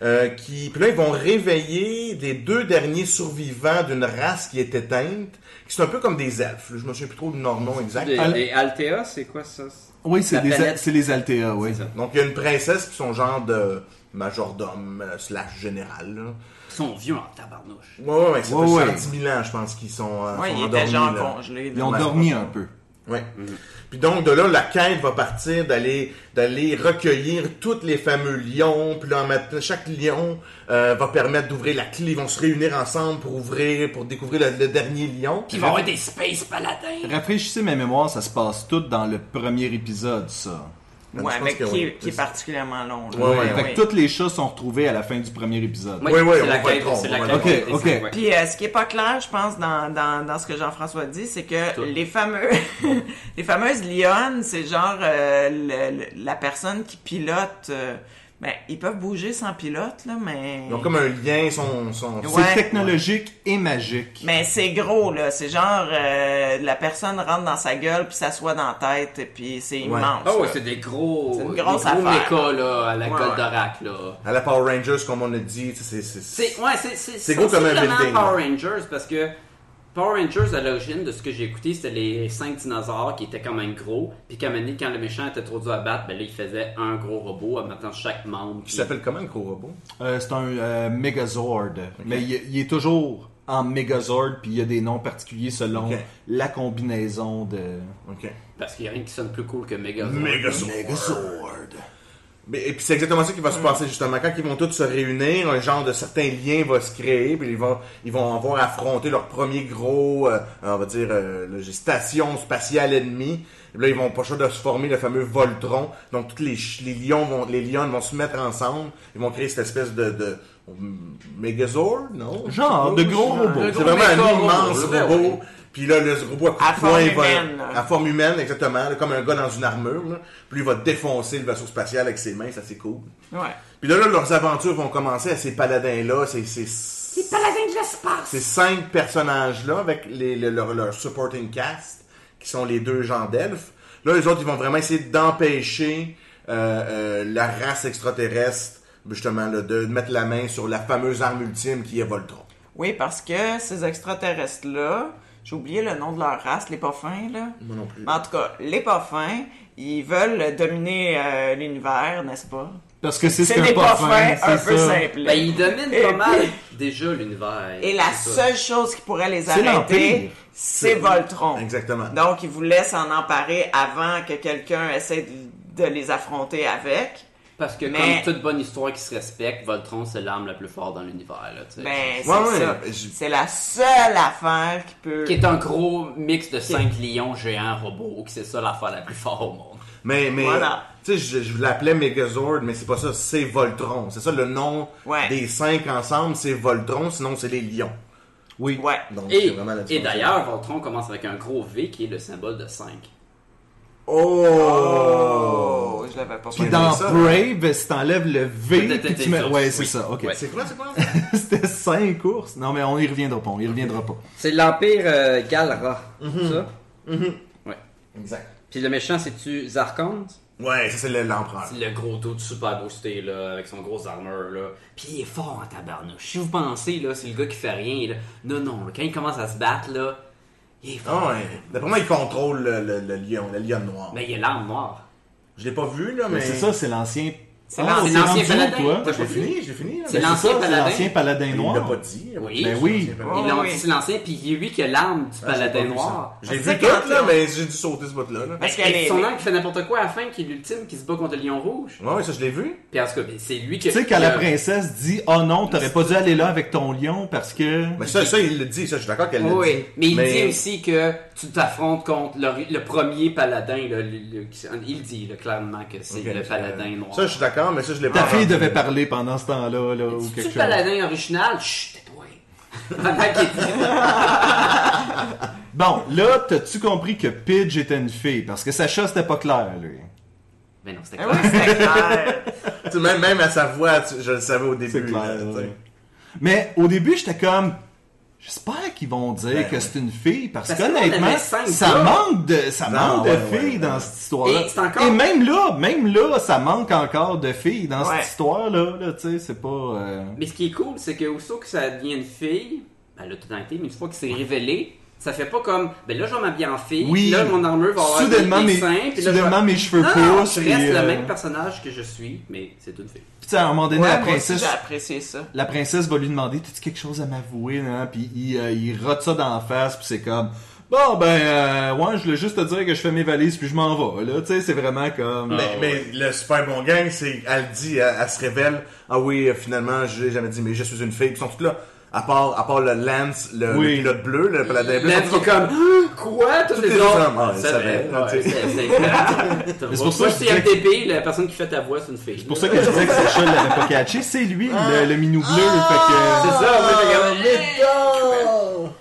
Speaker 2: euh, qui, puis là, ils vont réveiller les deux derniers survivants d'une race qui est éteinte, qui sont un peu comme des elfes. là. Je me souviens plus trop du nom nom exact.
Speaker 1: Des,
Speaker 4: Al-
Speaker 1: des Altea, c'est quoi ça?
Speaker 4: Oui, c'est
Speaker 1: La
Speaker 4: des-
Speaker 1: planète.
Speaker 4: c'est les Altea, oui.
Speaker 1: C'est ça.
Speaker 2: Donc, il y a une princesse puis son genre de majordome euh, slash général. là.
Speaker 1: Ils sont vieux en tabarnouche.
Speaker 2: Ouais, ouais, ouais, ça
Speaker 4: Ouais,
Speaker 2: fait
Speaker 4: ouais.
Speaker 2: 110 000 ans, je pense, qu'ils sont, euh,
Speaker 5: Ouais,
Speaker 2: sont
Speaker 5: il était
Speaker 2: endormis,
Speaker 5: genre
Speaker 2: là.
Speaker 5: congelé.
Speaker 4: Ils ont
Speaker 2: Ouais.
Speaker 4: dormi un peu.
Speaker 2: Ouais.
Speaker 4: Mhm.
Speaker 2: Puis donc, de là, la quête va partir d'aller d'aller recueillir tous les fameux lions. Puis là, en mettant- chaque lion euh, va permettre d'ouvrir la clé. Ils vont se réunir ensemble pour ouvrir, pour découvrir le, le dernier lion.
Speaker 1: Puis ils vont avoir des Space Paladins.
Speaker 4: Rafraîchissez ma mémoire, ça se passe tout dans le premier épisode, ça.
Speaker 2: Je
Speaker 5: Ouais,
Speaker 2: pense
Speaker 5: mais
Speaker 2: que
Speaker 5: qui,
Speaker 2: oui.
Speaker 5: est- qui est particulièrement long. là.
Speaker 2: Ouais, ouais,
Speaker 5: Ouais,
Speaker 4: fait
Speaker 5: ouais.
Speaker 4: que tous les chats sont retrouvés à la fin du premier épisode.
Speaker 2: Oui, oui,
Speaker 1: c'est
Speaker 2: on
Speaker 1: la
Speaker 2: va
Speaker 1: quête,
Speaker 2: être
Speaker 1: c'est la
Speaker 2: on va
Speaker 1: quête.
Speaker 4: être
Speaker 1: des
Speaker 4: con.
Speaker 1: Space,
Speaker 4: Ok, ok.
Speaker 1: ouais.
Speaker 5: Puis euh, ce qui est pas clair, je pense, dans, dans, dans ce que Jean-François dit, c'est que
Speaker 1: Tout.
Speaker 5: les fameux <laughs> les fameuses lionnes, c'est genre euh, le- le- la personne qui pilote. euh, ben, ils peuvent bouger sans pilote, là, mais.
Speaker 2: Ils ont comme un lien, son, son,
Speaker 4: C'est
Speaker 5: Ouais.
Speaker 4: technologique et magique.
Speaker 5: Mais c'est gros, là. C'est genre euh, la personne rentre dans sa gueule puis s'assoit dans la tête, et puis c'est immense.
Speaker 1: Ah ouais,
Speaker 5: là.
Speaker 1: c'est des gros.
Speaker 5: C'est une
Speaker 1: des
Speaker 5: grosse
Speaker 1: gros
Speaker 5: affaire.
Speaker 1: mechas, là, à la
Speaker 5: Ouais,
Speaker 1: Goldorak, là.
Speaker 2: à la Power Rangers, comme on a dit. C'est, c'est, c'est-
Speaker 1: C'est ouais, c'est c'est
Speaker 2: C'est gros comme un
Speaker 1: sensiblement
Speaker 2: building,
Speaker 1: Power Rangers parce que Power Rangers, à l'origine, de ce que j'ai écouté, c'était les 5 dinosaures qui étaient quand même gros. Puis qu'à un moment donné, quand le méchant était trop dur à battre, ben là, il faisait un gros robot en mettant chaque membre.
Speaker 2: Qui
Speaker 1: puis-
Speaker 2: s'appelle comment le gros robot
Speaker 4: Euh, c'est un euh, Megazord. Mais il, il est toujours en Megazord, puis il y a des noms particuliers selon
Speaker 2: Ok.
Speaker 4: la combinaison de.
Speaker 2: Ok.
Speaker 1: Parce qu'il n'y a rien qui sonne plus cool que Megazord.
Speaker 2: Megazord.
Speaker 4: Megazord.
Speaker 2: Mais- Et puis c'est exactement ça qui va se passer justement. Quand ils vont tous se réunir, un genre de certain lien va se créer, puis ils vont, ils vont avoir affronté leur premier gros, euh, on va dire, euh, le- station spatiale ennemie. Et là, ils vont pas choisir de se former le fameux Voltron. Donc, tous les, ch- les lions vont, les lions vont se mettre ensemble. Ils vont créer cette espèce de, de mm, Megazord, non?
Speaker 4: Genre de gros robot.
Speaker 2: C'est vraiment
Speaker 1: méga
Speaker 2: un
Speaker 1: robot,
Speaker 2: immense
Speaker 1: là,
Speaker 2: robot.
Speaker 1: ouais.
Speaker 2: Puis là, le ce robot
Speaker 5: À forme
Speaker 2: de poing va-
Speaker 5: humaine, là.
Speaker 2: À forme humaine, exactement. là, comme un gars dans une armure. là. Puis il va défoncer le vaisseau spatial avec ses mains. Ça, c'est cool.
Speaker 5: Ouais.
Speaker 2: Puis là, là, leurs aventures vont commencer à ces paladins-là. Ces, ces,
Speaker 5: Paladin de l'espace!
Speaker 2: ces cinq personnages-là avec les, le- leur, leur supporting cast, qui sont les deux gens d'elfes. Là, les autres, ils vont vraiment essayer d'empêcher euh, euh, la race extraterrestre, justement, là, de mettre la main sur la fameuse arme ultime qui est Voltron.
Speaker 5: Oui, parce que ces extraterrestres-là, j'ai oublié le nom de leur race, les parfums, là.
Speaker 2: Moi non plus.
Speaker 5: Mais en tout cas, les parfums, ils veulent dominer euh, l'univers, n'est-ce pas?
Speaker 4: Parce que c'est ce
Speaker 5: C'est
Speaker 4: qu'un
Speaker 5: des
Speaker 4: parfum,
Speaker 5: parfums un
Speaker 4: c'est
Speaker 5: peu
Speaker 4: ça.
Speaker 5: simples.
Speaker 1: Ben, il domine
Speaker 5: Et
Speaker 1: pas mal
Speaker 5: puis-
Speaker 1: déjà l'univers.
Speaker 5: Et la
Speaker 1: C'est ça.
Speaker 5: seule chose qui pourrait les
Speaker 4: C'est l'Empire.
Speaker 5: arrêter, c'est Voltron.
Speaker 2: Exactement.
Speaker 5: Donc, ils voulaient s'en emparer avant que quelqu'un essaie de, de les affronter avec.
Speaker 1: Parce que
Speaker 5: Mais-
Speaker 1: comme toute bonne histoire qui se respecte, Voltron, c'est l'arme la plus forte dans l'univers. Là, tu sais.
Speaker 5: Ben, c'est
Speaker 2: Ouais, ouais,
Speaker 5: ça.
Speaker 2: je-
Speaker 5: C'est la seule affaire qui peut...
Speaker 1: Qui est un gros mix de cinq lions géants robots, que c'est ça l'affaire la plus forte au monde.
Speaker 2: Mais, mais
Speaker 5: Voilà.
Speaker 2: tu sais, je, je l'appelais Megazord, mais c'est pas ça, c'est Voltron. C'est ça le nom
Speaker 5: Ouais.
Speaker 2: des cinq ensemble, c'est Voltron, sinon c'est les lions.
Speaker 4: Oui.
Speaker 5: Ouais.
Speaker 2: Donc, c'est
Speaker 1: Et,
Speaker 2: vraiment la
Speaker 1: et
Speaker 2: différence.
Speaker 1: d'ailleurs, Voltron commence avec un gros V qui est le symbole de 5.
Speaker 2: Oh!
Speaker 5: Oh, je l'avais pas
Speaker 4: Puis
Speaker 5: compris.
Speaker 4: dans
Speaker 2: c'est ça.
Speaker 4: Brave, si t'enlèves le V,
Speaker 1: Peut-être
Speaker 4: puis tu mets...
Speaker 1: ça,
Speaker 4: Ouais,
Speaker 1: oui.
Speaker 4: c'est ça, ok.
Speaker 1: Ouais.
Speaker 2: C'est quoi,
Speaker 1: <laughs>
Speaker 2: c'est quoi?
Speaker 4: <laughs> C'était cinq courses. Non, mais on y reviendra pas, on y reviendra pas.
Speaker 1: C'est l'Empire euh, Galra,
Speaker 2: Mhm.
Speaker 1: ça?
Speaker 2: exact.
Speaker 1: Puis le méchant, c'est-tu Zarkon?
Speaker 2: Ouais, ça c'est le- l'empereur.
Speaker 1: C'est le gros dos de super boosté, là, avec son gros armure, là. Puis il est fort en tabarnouche. Si vous pensez, là, c'est le gars qui fait rien, là. Non, non, là, quand il commence à se battre, là, il est fort.
Speaker 2: Ah ouais. D'après moi, il contrôle le, le- le lion, le lion noir.
Speaker 1: Mais il a l'arme noire.
Speaker 2: Je l'ai pas vu, là, mais.
Speaker 4: Mais c'est ça, c'est l'ancien...
Speaker 1: C'est
Speaker 4: Ah,
Speaker 1: l'ancien-
Speaker 4: c'est
Speaker 1: l'ancien
Speaker 4: rendu où,
Speaker 1: paladin.
Speaker 4: toi?
Speaker 2: J'ai fini, j'ai fini. là.
Speaker 1: C'est
Speaker 2: Mais
Speaker 1: l'ancien
Speaker 4: C'est ça, c'est
Speaker 1: paladin.
Speaker 4: l'ancien paladin
Speaker 2: Il l'a
Speaker 4: noir.
Speaker 2: pas dit.
Speaker 1: Oui.
Speaker 4: Ben oui.
Speaker 2: C'est
Speaker 1: Ils
Speaker 5: Oh,
Speaker 1: l'ont
Speaker 5: oui.
Speaker 1: silencé, puis il est lui qui a l'arme du
Speaker 2: Ah, j'ai pas
Speaker 1: paladin
Speaker 2: vu ça.
Speaker 1: noir.
Speaker 2: J'ai
Speaker 5: C'est
Speaker 2: vu tout, là,
Speaker 5: quand-
Speaker 2: mais j'ai dû sauter ce bout-là. là.
Speaker 5: Parce
Speaker 1: Parce
Speaker 5: qu'elle
Speaker 1: que
Speaker 5: est...
Speaker 1: son arme qui fait n'importe quoi à la fin, qui est l'ultime, qui se bat contre le lion rouge.
Speaker 2: Ouais, ouais, ça je l'ai vu.
Speaker 1: Puis en tout cas, ben, c'est lui qui.
Speaker 4: Tu sais, quand la
Speaker 1: euh,
Speaker 4: princesse dit « Oh non, t'aurais pas dû aller là avec ton lion parce que... »
Speaker 2: Mais ça, ça, il le dit, ça, je suis d'accord qu'elle le dit.
Speaker 1: Oui, mais il dit aussi que tu t'affrontes contre le, le premier paladin. là, le- le- il dit là, clairement que c'est
Speaker 2: Ok,
Speaker 1: le
Speaker 2: ça-
Speaker 1: paladin noir.
Speaker 2: Ça, je suis d'accord, mais ça, je l'ai pas
Speaker 4: Ta fille
Speaker 2: entendu.
Speaker 4: devait parler pendant ce temps-là, là, ou quelque
Speaker 1: C'est-tu le
Speaker 4: chose.
Speaker 1: paladin original? Chut, tais-toi. <laughs> Pendant qu'il dit-
Speaker 4: Bon, là, t'as-tu compris que Pidge était une fille? Parce que Sacha, c'était pas clair, lui.
Speaker 1: Mais non, c'était
Speaker 5: Ah
Speaker 4: Eh
Speaker 1: clair.
Speaker 5: oui, c'était clair.
Speaker 2: Tu sais, même, même à sa voix, tu- je le savais au début.
Speaker 4: C'est clair,
Speaker 2: là, tu sais.
Speaker 4: ouais. Mais au début, j'étais comme... J'espère qu'ils vont dire
Speaker 2: Ben,
Speaker 4: que
Speaker 2: ouais.
Speaker 4: c'est une fille, parce,
Speaker 1: Parce que nous, on
Speaker 4: qu'honnêtement,
Speaker 1: avait cinq
Speaker 4: ça
Speaker 1: gars.
Speaker 4: manque de, ça
Speaker 2: Ah,
Speaker 4: manque
Speaker 2: ouais,
Speaker 4: de
Speaker 2: ouais,
Speaker 4: filles
Speaker 2: ouais.
Speaker 4: dans cette histoire-là.
Speaker 1: Et c'est encore-
Speaker 4: même là, même là, ça manque encore de filles dans
Speaker 5: Ouais.
Speaker 4: cette histoire-là, là, tu sais, c'est pas... euh,
Speaker 1: Mais ce qui est cool, c'est que aussitôt que ça devient une fille, ben, elle a tout le temps été, mais une fois qu'il s'est révélé, ça fait pas comme, ben là, je vais m'habiller en fille,
Speaker 4: Oui.
Speaker 1: là, mon armure va avoir
Speaker 4: Soudainement,
Speaker 1: des
Speaker 4: mes,
Speaker 1: dessins, puis là, je vais-
Speaker 4: soudainement, mes cheveux
Speaker 1: Non, non,
Speaker 4: poussent.
Speaker 1: je
Speaker 4: puis,
Speaker 1: reste
Speaker 4: euh,
Speaker 1: le même personnage que je suis, mais c'est une fille.
Speaker 4: puis, tu sais, à un moment donné,
Speaker 5: Ouais,
Speaker 4: la
Speaker 5: moi aussi,
Speaker 4: princesse
Speaker 5: j'ai apprécié ça.
Speaker 4: la princesse va lui demander t'as-tu quelque chose à m'avouer hein? puis il, euh, il rote ça dans la face puis c'est comme bon ben euh, ouais je voulais juste te dire que je fais mes valises puis je m'en vais là tu sais c'est vraiment comme
Speaker 2: Mais,
Speaker 1: Ah, Ben,
Speaker 2: mais le super bon gang, c'est, elle dit, elle, elle se révèle, ah oui, euh, finalement, je l'ai jamais dit, mais je suis une fille, puis ils sont tous là. À part, à part le Lance, le,
Speaker 4: Oui.
Speaker 2: le pilote bleu, le paladin bleu. ils
Speaker 1: Là,
Speaker 2: sont
Speaker 1: c'est
Speaker 2: tous là.
Speaker 1: comme, Ah, quoi, tous les
Speaker 2: les
Speaker 1: autres?
Speaker 2: hommes, ah, ils
Speaker 1: Ça
Speaker 2: savaient,
Speaker 1: va,
Speaker 2: hein,
Speaker 1: ouais, <laughs>
Speaker 2: tu sais.
Speaker 1: c'est- c'est-
Speaker 4: c'est pour ça que je
Speaker 1: c'est
Speaker 4: disais-
Speaker 1: MTP, la personne qui fait ta voix, c'est une fille.
Speaker 4: c'est pour ça que je disais que Sacha l'avait pas catché c'est lui le, le minou bleu fait
Speaker 1: C'est
Speaker 4: que
Speaker 1: ça, moi, j'ai regardé-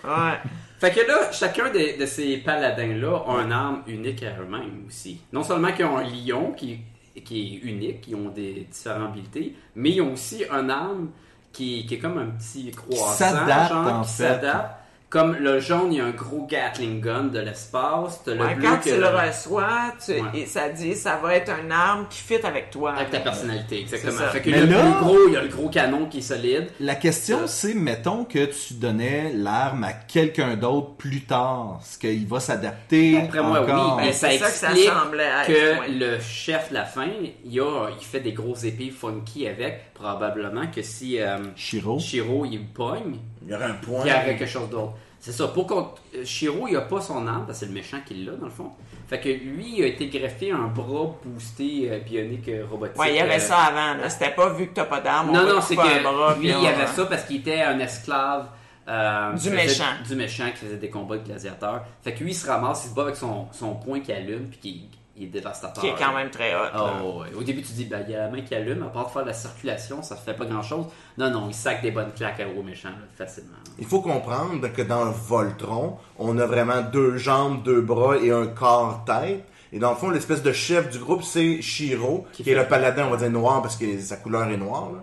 Speaker 5: Ouais.
Speaker 1: Fait que là, chacun de, de ces paladins-là a une arme unique à eux-mêmes aussi. Non seulement qu'ils ont un lion qui, qui est unique, ils ont des différentes habilités, mais ils ont aussi une arme qui, qui est comme un petit croissant,
Speaker 4: s'adapte,
Speaker 1: genre,
Speaker 4: en
Speaker 1: qui
Speaker 4: fait.
Speaker 1: s'adapte, Comme le jaune, il y a un gros Gatling gun de l'espace. T'as le
Speaker 5: Ouais,
Speaker 1: bleu
Speaker 5: quand
Speaker 1: que-
Speaker 5: tu le reçois, tu-
Speaker 1: Ouais.
Speaker 5: et ça dit ça va être une arme qui fit avec toi.
Speaker 1: Avec ta personnalité,
Speaker 5: C'est
Speaker 1: exactement.
Speaker 5: ça.
Speaker 1: Fait que
Speaker 4: Mais
Speaker 1: le
Speaker 4: là-
Speaker 1: plus gros, il y a le gros canon qui est solide.
Speaker 4: La question, c'est, mettons que tu donnais l'arme à quelqu'un d'autre plus tard. Est-ce qu'il va s'adapter
Speaker 1: Après moi,
Speaker 4: encore?
Speaker 1: oui. Mais
Speaker 5: Ben,
Speaker 1: ça
Speaker 5: c'est ça que ça
Speaker 1: explique
Speaker 5: semblait être,
Speaker 1: que
Speaker 5: ouais.
Speaker 1: le chef de la fin, il, a, il fait des grosses épées funky avec. Probablement que si euh,
Speaker 4: Shiro.
Speaker 1: Shiro, il le pogne,
Speaker 2: Il y aurait un point.
Speaker 1: il y aurait quelque chose d'autre. C'est ça. Pour qu'on- euh, Shiro, il a pas son arme, parce que c'est le méchant qui l'a, dans le fond. Fait que lui, il a été greffé un bras boosté euh, bionique euh, robotique.
Speaker 5: Ouais, il y avait
Speaker 1: euh,
Speaker 5: ça avant. là. C'était pas vu que t'as pas d'arme. on
Speaker 1: Non,
Speaker 5: va
Speaker 1: non,
Speaker 5: te
Speaker 1: c'est
Speaker 5: couper un bras,
Speaker 1: que lui,
Speaker 5: puis on-
Speaker 1: il avait ça parce qu'il était un esclave. euh,
Speaker 5: Du
Speaker 1: qui faisait-
Speaker 5: méchant.
Speaker 1: Du méchant qui faisait des combats de gladiateurs. Fait que lui, il se ramasse, il se bat avec son, son poing qui allume, puis qui il est dévastateur.
Speaker 5: Qui est quand même très hot. là.
Speaker 1: Oh, ouais. Au début, tu dis, bah, il y a la main qui allume, à part de faire de la circulation, ça fait pas grand chose. Non, non, il sac des bonnes claques au méchant, là, facilement.
Speaker 2: Il faut comprendre que dans Voltron, on a vraiment deux jambes, deux bras et un corps tête. Et dans le fond, l'espèce de chef du groupe, c'est Shiro, qui, est
Speaker 1: fait-
Speaker 2: le paladin, on va dire noir, parce que sa couleur est noire. là.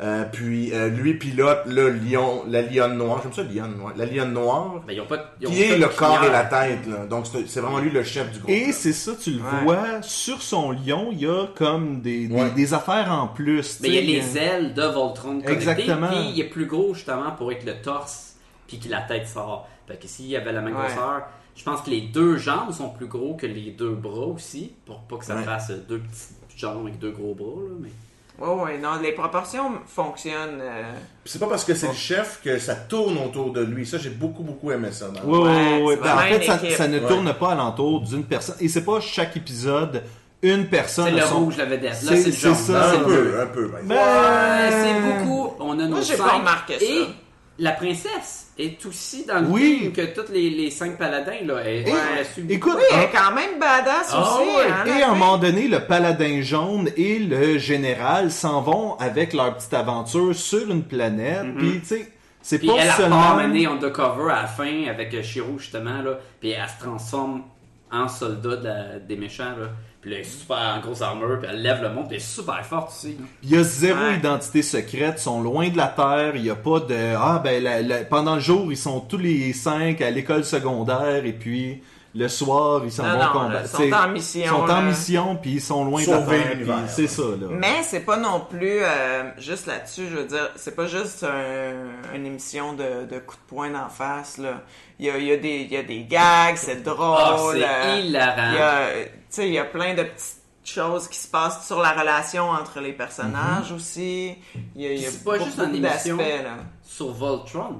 Speaker 2: Euh, puis euh, lui pilote le lion, la lionne noire. J'aime ça, lionne noire. La lionne noire,
Speaker 1: Ben, ils ont pas, ils ont
Speaker 2: qui
Speaker 1: pas
Speaker 2: est
Speaker 1: de
Speaker 2: le corps et
Speaker 1: crinière.
Speaker 2: la tête. là. Donc c'est c'est vraiment lui le chef du groupe.
Speaker 4: Et
Speaker 2: là.
Speaker 4: c'est ça, tu le
Speaker 5: Ouais.
Speaker 4: vois, sur son lion, il y a comme des, des-
Speaker 2: Ouais.
Speaker 4: des affaires en plus.
Speaker 1: Mais
Speaker 4: tu
Speaker 1: Ben, il y a
Speaker 4: sais.
Speaker 1: les ailes de Voltron connectées,
Speaker 4: Exactement.
Speaker 1: Puis il est plus gros justement pour être le torse, puis que la tête sort. Fait que s'il y avait la même
Speaker 5: Ouais.
Speaker 1: grosseur, je pense que les deux jambes sont plus gros que les deux bras aussi, pour pas que ça
Speaker 2: Ouais.
Speaker 1: fasse deux petites jambes avec deux gros bras. Là, mais...
Speaker 5: Ouais, ouais, non, les proportions fonctionnent. euh,
Speaker 2: Puis c'est pas parce que c'est le chef que ça tourne autour de lui. Ça, j'ai beaucoup, beaucoup aimé ça. dans-
Speaker 4: Ouais, ouais, ouais, ouais.
Speaker 5: c'est
Speaker 4: Ben, en
Speaker 5: vraiment
Speaker 4: fait, ça,
Speaker 5: une équipe.
Speaker 4: ça ne
Speaker 2: Ouais.
Speaker 4: tourne pas alentour d'une personne. Et c'est pas chaque épisode une personne.
Speaker 1: C'est le
Speaker 4: à son-
Speaker 1: rouge, la vedette. Là,
Speaker 4: Ah, c'est-
Speaker 1: c'est le
Speaker 4: c'est
Speaker 1: jaune.
Speaker 4: ça.
Speaker 1: Là, c'est
Speaker 2: Un
Speaker 1: le bleu.
Speaker 2: peu, un peu. par exemple.
Speaker 4: Ben,
Speaker 1: Ouais, c'est beaucoup. On a nos
Speaker 5: Moi, j'ai
Speaker 1: cinq.
Speaker 5: pas remarqué ça.
Speaker 1: Et la princesse est aussi dans le
Speaker 4: Oui.
Speaker 1: film que tous les, les cinq paladins. Là, elle,
Speaker 4: Et-
Speaker 1: elle suit beaucoup.
Speaker 4: écoute,
Speaker 5: Oui, elle
Speaker 4: un-
Speaker 5: est quand même badass
Speaker 1: Ah
Speaker 5: aussi.
Speaker 1: ouais,
Speaker 5: hein,
Speaker 4: Et
Speaker 5: la
Speaker 4: à un
Speaker 5: fille.
Speaker 4: moment donné, le paladin jaune et le général s'en vont avec leur petite aventure sur une planète. Puis, tu sais, c'est
Speaker 1: Mm-hmm. Puis
Speaker 4: pas
Speaker 1: elle a
Speaker 4: seulement...
Speaker 1: part menée undercover à la fin avec euh, Shiro justement là, puis elle se transforme en soldat de la- des méchants là. Puis là, elle est super en grosse armure, puis elle lève le monde, puis elle est super forte aussi.
Speaker 4: Il y a zéro
Speaker 5: Ouais.
Speaker 4: identité secrète, ils sont loin de la Terre, il n'y a pas de... Ah ben, la- la- pendant le jour, ils sont tous les cinq à l'école secondaire, et puis le soir, ils s'en
Speaker 5: Non,
Speaker 4: vont
Speaker 5: non,
Speaker 4: combattre.
Speaker 5: là, ils sont
Speaker 4: C'est-
Speaker 5: en mission,
Speaker 4: Ils sont en
Speaker 5: là.
Speaker 4: mission, puis ils sont loin de
Speaker 2: Sauver
Speaker 4: la Terre,
Speaker 2: l'univers.
Speaker 4: puis c'est ça, là.
Speaker 5: Mais c'est pas non plus euh, juste là-dessus, je veux dire, c'est pas juste un- une émission de, de coups de poing d'en face, là. Il y a, il y a des, il y a des gags, c'est drôle.
Speaker 1: Oh, c'est
Speaker 5: euh, Il y
Speaker 1: hilarant.
Speaker 5: a, euh, tu sais, il y a plein de petites choses qui se passent sur la relation entre les personnages aussi. Il y a, il y a
Speaker 1: C'est pas juste
Speaker 5: beaucoup
Speaker 1: en émission. Ben,
Speaker 5: d'aspects, là.
Speaker 1: Sur Voltron,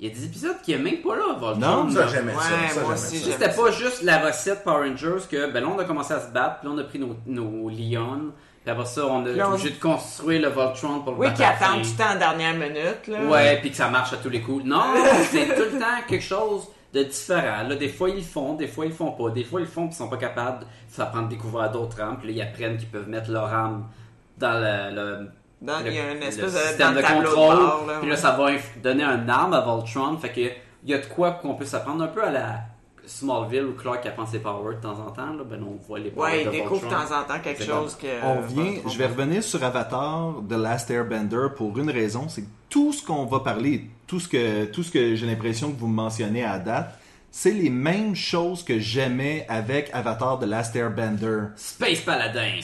Speaker 1: il y a des épisodes qui est même pas là, Voltron.
Speaker 4: Non,
Speaker 2: Ça,
Speaker 1: là.
Speaker 2: j'aimais ça.
Speaker 5: Ouais,
Speaker 2: ça,
Speaker 5: moi
Speaker 2: j'aimais
Speaker 5: aussi,
Speaker 2: ça.
Speaker 5: j'aime
Speaker 1: C'était pas juste la recette Power Rangers que, ben là, on a commencé à se battre, puis là, on a pris nos, nos lions, puis après ça, on a été
Speaker 5: on-
Speaker 1: obligé de construire le Voltron pour le
Speaker 5: Oui,
Speaker 1: battre
Speaker 5: qui
Speaker 1: à la fin.
Speaker 5: attendent tout le temps en dernière minute, là.
Speaker 1: Ouais, puis que ça marche à tous les coups. Non, c'est tout le temps quelque chose de différent. Là, des fois ils le font, des fois ils le font pas, des fois ils le font puis ils sont pas capables. Ça prend de découvrir d'autres rames, puis là ils apprennent qu'ils peuvent mettre leur âme dans le, le-
Speaker 5: Dans-
Speaker 1: le-
Speaker 5: il y a une
Speaker 1: le
Speaker 5: espèce de-
Speaker 1: système
Speaker 5: dans le
Speaker 1: de
Speaker 5: tableau de
Speaker 1: contrôle.
Speaker 5: bord, là,
Speaker 1: puis
Speaker 5: ouais.
Speaker 1: là ça va inf- donner un arme à Voltron, fait que il y a de quoi qu'on puisse apprendre un peu à la Smallville ou Clark qui apprend ses powers de temps en temps. Là, ben on voit les powers
Speaker 5: Ouais, ils
Speaker 1: de
Speaker 5: découvrent de
Speaker 1: Voltron.
Speaker 5: temps en temps quelque
Speaker 1: C'est bon.
Speaker 5: chose que... euh,
Speaker 4: On vient, je vais revenir sur Avatar, The Last Airbender, pour une raison, c'est que tout ce qu'on va parler, tout ce que, tout ce que j'ai l'impression que vous mentionnez à date, c'est les mêmes choses que j'aimais avec Avatar, The Last Airbender.
Speaker 1: Space Paladins.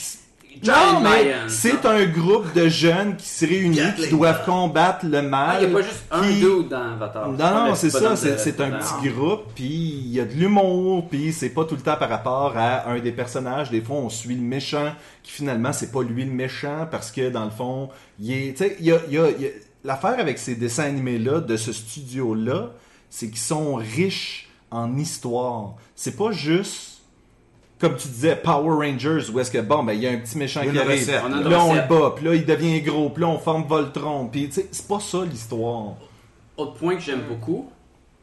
Speaker 4: Non,
Speaker 1: Giant
Speaker 4: mais
Speaker 1: Lions. hein.
Speaker 4: c'est un groupe de jeunes qui se réunissent, qui
Speaker 2: Gatling.
Speaker 4: doivent combattre le
Speaker 1: Ah,
Speaker 4: mal.
Speaker 1: Il n'y a pas juste un
Speaker 4: qui-
Speaker 1: dude dans Avatar.
Speaker 4: Non, non, c'est
Speaker 1: Pas
Speaker 4: ça,
Speaker 1: dans
Speaker 4: c'est
Speaker 1: le-
Speaker 4: c'est un
Speaker 1: dans-
Speaker 4: petit groupe, puis il y a de l'humour, puis c'est pas tout le temps par rapport à un des personnages. Des fois, on suit le méchant, qui finalement, c'est pas lui le méchant, parce que dans le fond, il est. Tu sais, il y a. il y a- il y a- L'affaire avec ces dessins animés-là, de ce studio-là, c'est qu'ils sont riches en histoire. C'est pas juste comme tu disais, Power Rangers, où est-ce que, bon, ben, il y a un petit méchant
Speaker 2: Il y a
Speaker 4: qui
Speaker 2: une
Speaker 4: arrive,
Speaker 2: recette,
Speaker 1: là.
Speaker 4: là, on le
Speaker 1: Recette.
Speaker 4: bat, puis là, il devient gros, puis là, on forme Voltron, puis, tu sais, c'est pas ça, l'histoire.
Speaker 1: Autre point que j'aime beaucoup,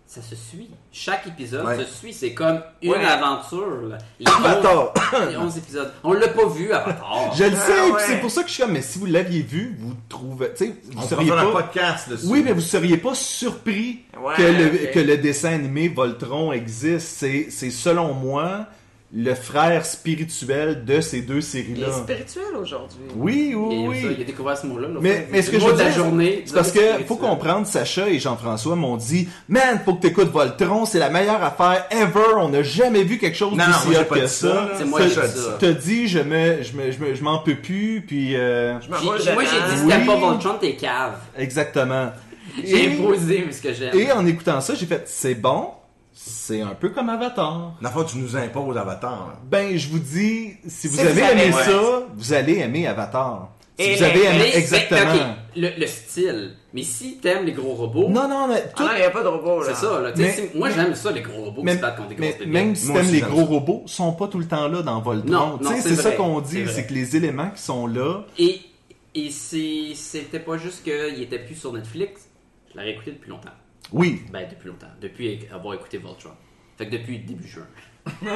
Speaker 1: ça se suit. Chaque épisode
Speaker 2: Ouais.
Speaker 1: se suit. C'est comme une
Speaker 5: Ouais.
Speaker 1: aventure. là. Les
Speaker 4: Avatar.
Speaker 1: 11, les 11 épisodes. On l'a pas vu,
Speaker 4: <laughs>
Speaker 1: Avatar.
Speaker 4: Je le sais,
Speaker 5: Ah
Speaker 4: puis
Speaker 5: ouais.
Speaker 4: c'est pour ça que je suis comme, mais si vous l'aviez vu, vous trouvez, tu sais, vous
Speaker 2: On pourrait
Speaker 4: seriez
Speaker 2: faire un
Speaker 4: pas...
Speaker 2: podcast dessus.
Speaker 4: Oui, mais vous seriez pas surpris
Speaker 5: Ouais,
Speaker 4: que, le,
Speaker 5: ok.
Speaker 4: que le dessin animé Voltron existe. C'est, c'est selon moi le frère spirituel de ces deux
Speaker 5: Il
Speaker 4: séries-là.
Speaker 5: est spirituel aujourd'hui.
Speaker 4: Oui, oui,
Speaker 1: Il, aime
Speaker 4: oui.
Speaker 1: ça, il a découvert ce mot-là. là.
Speaker 4: Mais, mais ce
Speaker 1: Le
Speaker 4: que je
Speaker 1: mot
Speaker 4: veux
Speaker 1: de la
Speaker 4: dire,
Speaker 1: journée.
Speaker 4: c'est parce que faut comprendre, Sacha et Jean-François m'ont dit, man, faut que t'écoutes Voltron, c'est la meilleure affaire ever, on n'a jamais vu quelque chose
Speaker 2: Non, non,
Speaker 4: d'aussi
Speaker 2: moi, j'ai
Speaker 4: hot
Speaker 2: pas
Speaker 4: que
Speaker 2: dit ça,
Speaker 4: ça.
Speaker 2: là.
Speaker 1: C'est moi qui ai
Speaker 4: T'as-
Speaker 1: dit ça.
Speaker 4: T'as dit, je me, je me, je me- je m'en peux plus, puis euh,
Speaker 5: Je
Speaker 1: J'ai-
Speaker 5: m'en vais
Speaker 1: moi, j'ai
Speaker 5: dedans.
Speaker 1: dit, si t'aimes
Speaker 4: Oui.
Speaker 1: pas Voltron, t'es cave.
Speaker 4: exactement.
Speaker 1: J'ai
Speaker 4: Et-
Speaker 1: imposé mais ce que j'aime.
Speaker 4: Et en écoutant ça, j'ai fait, c'est bon, c'est un peu comme Avatar.
Speaker 2: Dans le fond, tu nous imposes Avatar. là.
Speaker 4: Ben, je vous dis, si vous
Speaker 5: Si
Speaker 4: avez
Speaker 5: vous avez-
Speaker 4: aimé
Speaker 5: ouais.
Speaker 4: ça, vous allez aimer Avatar. Si
Speaker 5: Et
Speaker 4: vous avez
Speaker 5: les-
Speaker 4: aimé,
Speaker 1: Mais-
Speaker 4: exactement.
Speaker 1: mais, ok, le, le style. Mais si t'aimes les gros robots,
Speaker 4: Non, non, mais
Speaker 5: Ah
Speaker 4: tout,
Speaker 5: non, il n'y a pas de robot, là.
Speaker 1: c'est ça. Là, tu sais,
Speaker 4: Mais-
Speaker 1: si- moi, j'aime ça, les gros robots qui se
Speaker 4: Même,
Speaker 1: battent contre des
Speaker 4: mais-
Speaker 1: grosses pépites.
Speaker 4: même si
Speaker 2: Moi
Speaker 4: t'aimes
Speaker 2: aussi,
Speaker 4: les
Speaker 2: j'aime
Speaker 4: gros
Speaker 2: ça.
Speaker 4: robots, sont pas tout le temps là dans Voltron.
Speaker 1: Non,
Speaker 4: Tu sais,
Speaker 1: non, c'est
Speaker 4: c'est ça
Speaker 1: vrai,
Speaker 4: qu'on
Speaker 1: c'est
Speaker 4: dit,
Speaker 1: vrai.
Speaker 4: c'est que les éléments qui sont là.
Speaker 1: Et, et c'est- c'était pas juste qu'il était plus sur Netflix. Je l'aurais écouté depuis longtemps.
Speaker 4: Oui.
Speaker 1: Ben, depuis longtemps. Depuis avoir écouté Voltron. Fait que depuis début juin.
Speaker 4: Mais